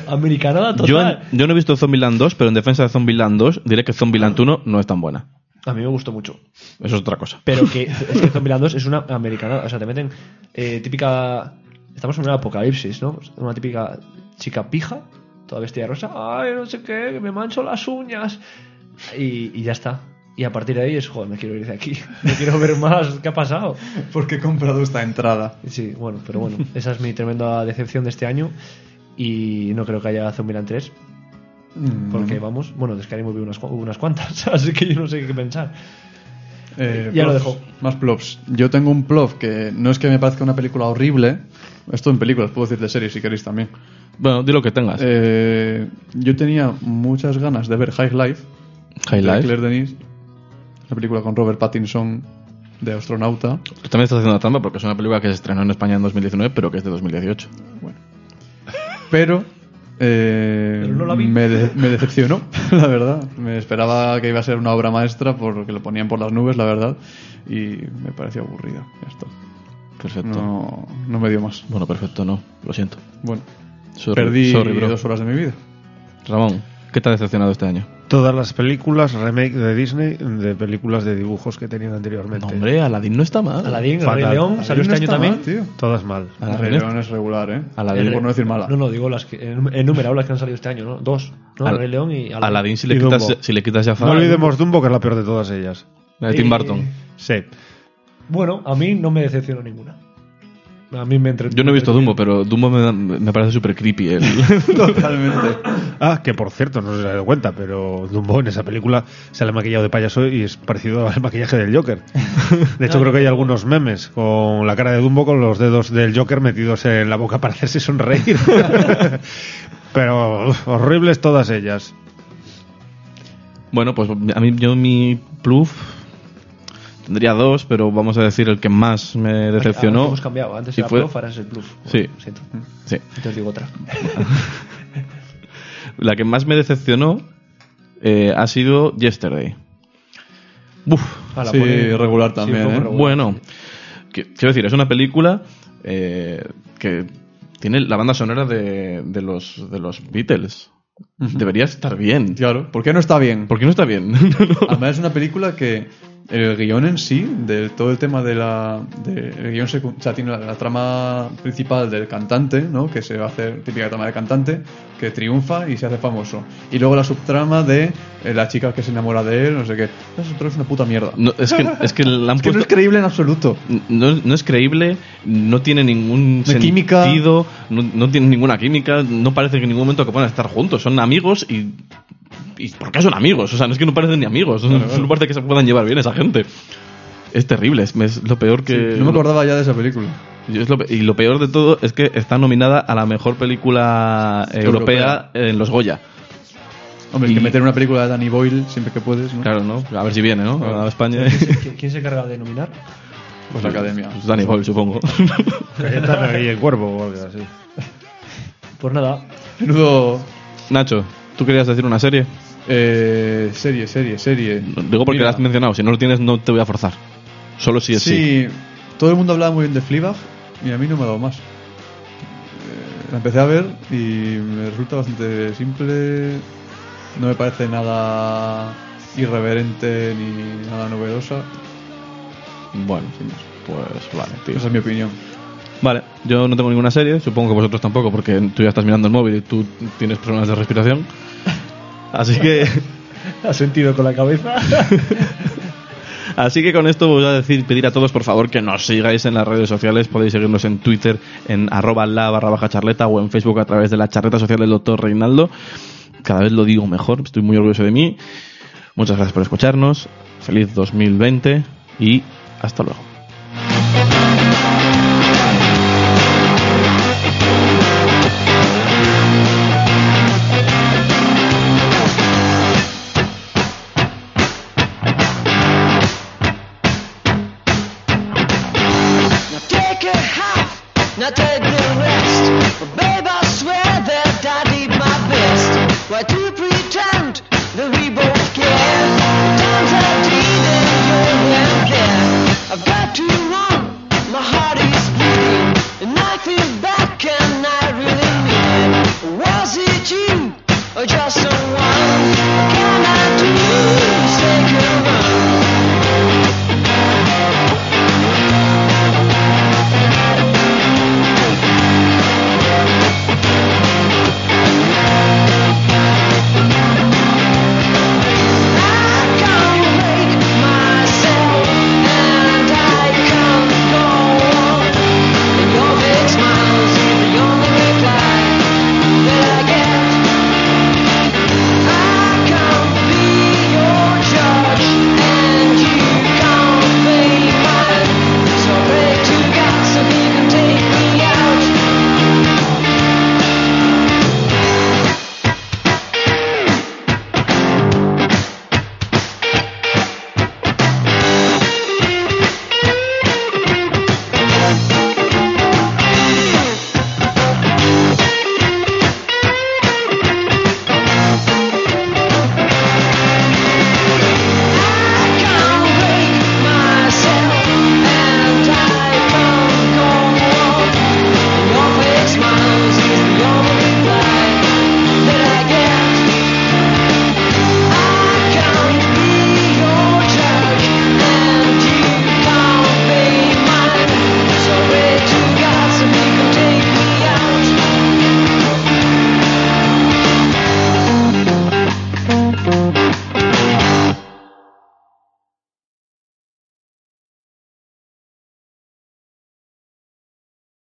Speaker 2: americanada
Speaker 1: Yo,
Speaker 2: total.
Speaker 1: yo no he visto Zombieland 2, pero en defensa de Zombieland 2 diré que Zombieland 1 no es tan buena.
Speaker 2: A mí me gustó mucho.
Speaker 1: Eso es otra cosa.
Speaker 2: Pero que, es que Zombieland 2 es una americanada. O sea, te meten eh, típica... Estamos en una apocalipsis, ¿no? Una típica chica pija, toda vestida de rosa. Ay, no sé qué, que me mancho las uñas. Y, y ya está. Y a partir de ahí es, joder, me quiero ir de aquí. No quiero ver más. ¿Qué ha pasado?
Speaker 3: ¿Por qué he comprado esta entrada?
Speaker 2: Sí, bueno, pero bueno, esa es mi tremenda decepción de este año y no creo que haya Zombieland 3
Speaker 4: Mm.
Speaker 2: porque vamos, bueno, de Skyrim hubo unas, cua- hubo unas cuantas, así que yo no sé qué pensar.
Speaker 3: Eh,
Speaker 2: Ya lo
Speaker 3: plops.
Speaker 2: dejo.
Speaker 3: Más plops. Yo tengo un plop que no es que me parezca una película horrible. Esto en películas, puedo decir de series si queréis también.
Speaker 1: Bueno, di lo que tengas.
Speaker 3: Eh, yo tenía muchas ganas de ver High Life,
Speaker 1: High
Speaker 3: de
Speaker 1: Life.
Speaker 3: Claire Denis, la película con Robert Pattinson de astronauta.
Speaker 1: También está haciendo trampa porque es una película que se estrenó en España en 2019, pero que es de 2018.
Speaker 3: Pero, eh,
Speaker 2: Pero no la vi.
Speaker 3: Me, de- me decepcionó, la verdad. Me esperaba que iba a ser una obra maestra porque lo ponían por las nubes, la verdad. Y me pareció aburrida. Ya está.
Speaker 1: Perfecto.
Speaker 3: No, no me dio más.
Speaker 1: Bueno, perfecto, no. Lo siento.
Speaker 3: Bueno,
Speaker 1: Sorry,
Speaker 3: perdí
Speaker 1: sorry, bro.
Speaker 3: dos horas de mi vida.
Speaker 1: Ramón, ¿qué te ha decepcionado este año?
Speaker 4: Todas las películas remake de Disney de películas de dibujos que tenían anteriormente.
Speaker 1: No, hombre, Aladdin no está mal.
Speaker 2: Aladdin, el Rey
Speaker 4: Fatal.
Speaker 2: León, salió este año también.
Speaker 4: Todas mal.
Speaker 3: La
Speaker 1: Aladdin está-
Speaker 3: León es regular, ¿eh?
Speaker 1: Aladdin.
Speaker 3: Por no decir mala.
Speaker 2: No, no, digo las que. en- Enumerado las que han salido este año, ¿no? Dos. ¿no?
Speaker 1: Al-
Speaker 2: Rey León y Aladdin.
Speaker 1: Aladdin, si le,
Speaker 4: Y Dumbo.
Speaker 1: quitas, si le quitas Jafar,
Speaker 4: No olvidemos Dumbo, que es la peor de todas ellas.
Speaker 1: la de Tim
Speaker 2: Eh,
Speaker 1: Burton.
Speaker 4: Sí.
Speaker 2: Bueno, a mí no me decepcionó ninguna. A mí me entre-
Speaker 1: Yo no he visto Dumbo, pero Dumbo me, da- me parece súper creepy. el-
Speaker 3: Totalmente.
Speaker 4: Ah, que por cierto, no se ha dado cuenta, pero Dumbo en esa película sale maquillado de payaso y es parecido al maquillaje del Joker. De hecho, creo que hay algunos memes con la cara de Dumbo con los dedos del Joker metidos en la boca para hacerse sonreír. pero uf, horribles todas ellas.
Speaker 1: Bueno, pues a mí yo mi pluf tendría dos, pero vamos a decir el que más me
Speaker 2: Ah,
Speaker 1: decepcionó.
Speaker 2: Hemos cambiado. Antes
Speaker 1: Y
Speaker 2: era
Speaker 1: fue-
Speaker 2: Bluff, ahora es el Bluff.
Speaker 1: Sí.
Speaker 2: Bueno, siento.
Speaker 1: Sí.
Speaker 2: Entonces digo otra.
Speaker 1: La que más me decepcionó eh, ha sido Yesterday. Uf,
Speaker 2: Ah, la
Speaker 3: Sí,
Speaker 2: pone-
Speaker 3: regular
Speaker 2: sí,
Speaker 3: también,
Speaker 2: un poco
Speaker 3: ¿eh?
Speaker 2: regular.
Speaker 1: Bueno, que- quiero decir, es una película eh, que tiene la banda sonora de, de los, de los Beatles. Debería estar bien.
Speaker 3: Claro. ¿Por qué no está bien?
Speaker 1: ¿Por qué no está bien? No.
Speaker 3: Además es una película que el guión en sí, de todo el tema de la... de- el guión secu- o sea, tiene la, la trama principal del cantante, ¿no? Que se va a hacer típica trama del cantante, que triunfa y se hace famoso. Y luego la subtrama de eh, la chica que se enamora de él, no sé qué. Eso todo es una puta mierda.
Speaker 1: No, es que, es que la han
Speaker 3: Es que no es
Speaker 1: puesto-
Speaker 3: creíble en absoluto.
Speaker 1: no, no es creíble, no tiene ningún
Speaker 3: No hay química.
Speaker 1: sentido, no, no tiene ninguna química, no parece que en ningún momento que puedan estar juntos, son amigos y... ¿Y por qué son amigos? O sea, no es que no parecen ni amigos, solo parece que se puedan llevar bien esa gente. Es terrible, es, es lo peor que...
Speaker 3: No me acordaba ya de esa película.
Speaker 1: Yo es lo pe- y lo peor de todo es que está nominada a la mejor película eh, europea,
Speaker 3: Europea.
Speaker 1: en los Goya.
Speaker 3: Hombre, es
Speaker 1: Y-
Speaker 3: que meter una película de Danny Boyle siempre que puedes, ¿no?
Speaker 1: Claro, ¿no? A ver si viene, ¿no? A España.
Speaker 2: ¿Qui- ¿Quién se encarga de nominar?
Speaker 3: Pues la academia.
Speaker 1: Pues Danny Boyle, supongo.
Speaker 4: Cayetana y el cuervo o algo así.
Speaker 2: Pues nada,
Speaker 3: Menudo...
Speaker 1: Nacho, ¿tú querías decir una serie?
Speaker 3: eh, serie, serie, serie.
Speaker 1: Digo porque
Speaker 3: Mira.
Speaker 1: la has mencionado. Si no lo tienes, no te voy a forzar. Solo si es sí.
Speaker 3: Sí, todo el mundo hablaba muy bien de Fleabag y a mí no me ha dado más. Eh, La empecé a ver y me resulta bastante simple. No me parece nada irreverente ni nada novedosa.
Speaker 1: Bueno, pues vale, tío.
Speaker 3: Esa es mi opinión.
Speaker 1: Vale, yo no tengo ninguna serie, supongo que vosotros tampoco, porque tú ya estás mirando el móvil y tú tienes problemas de respiración. Así que
Speaker 2: ha sentido con la cabeza.
Speaker 1: Así que con esto voy a decir, pedir a todos por favor que nos sigáis en las redes sociales. Podéis seguirnos en Twitter en arroba la barra baja charleta o en Facebook a través de la charreta social del doctor Reinaldo. Cada vez lo digo mejor, estoy muy orgulloso de mí. Muchas gracias por escucharnos. Feliz 2020 y hasta luego.
Speaker 5: Now take a half, now take the rest. But babe, I swear that I did my best. Why do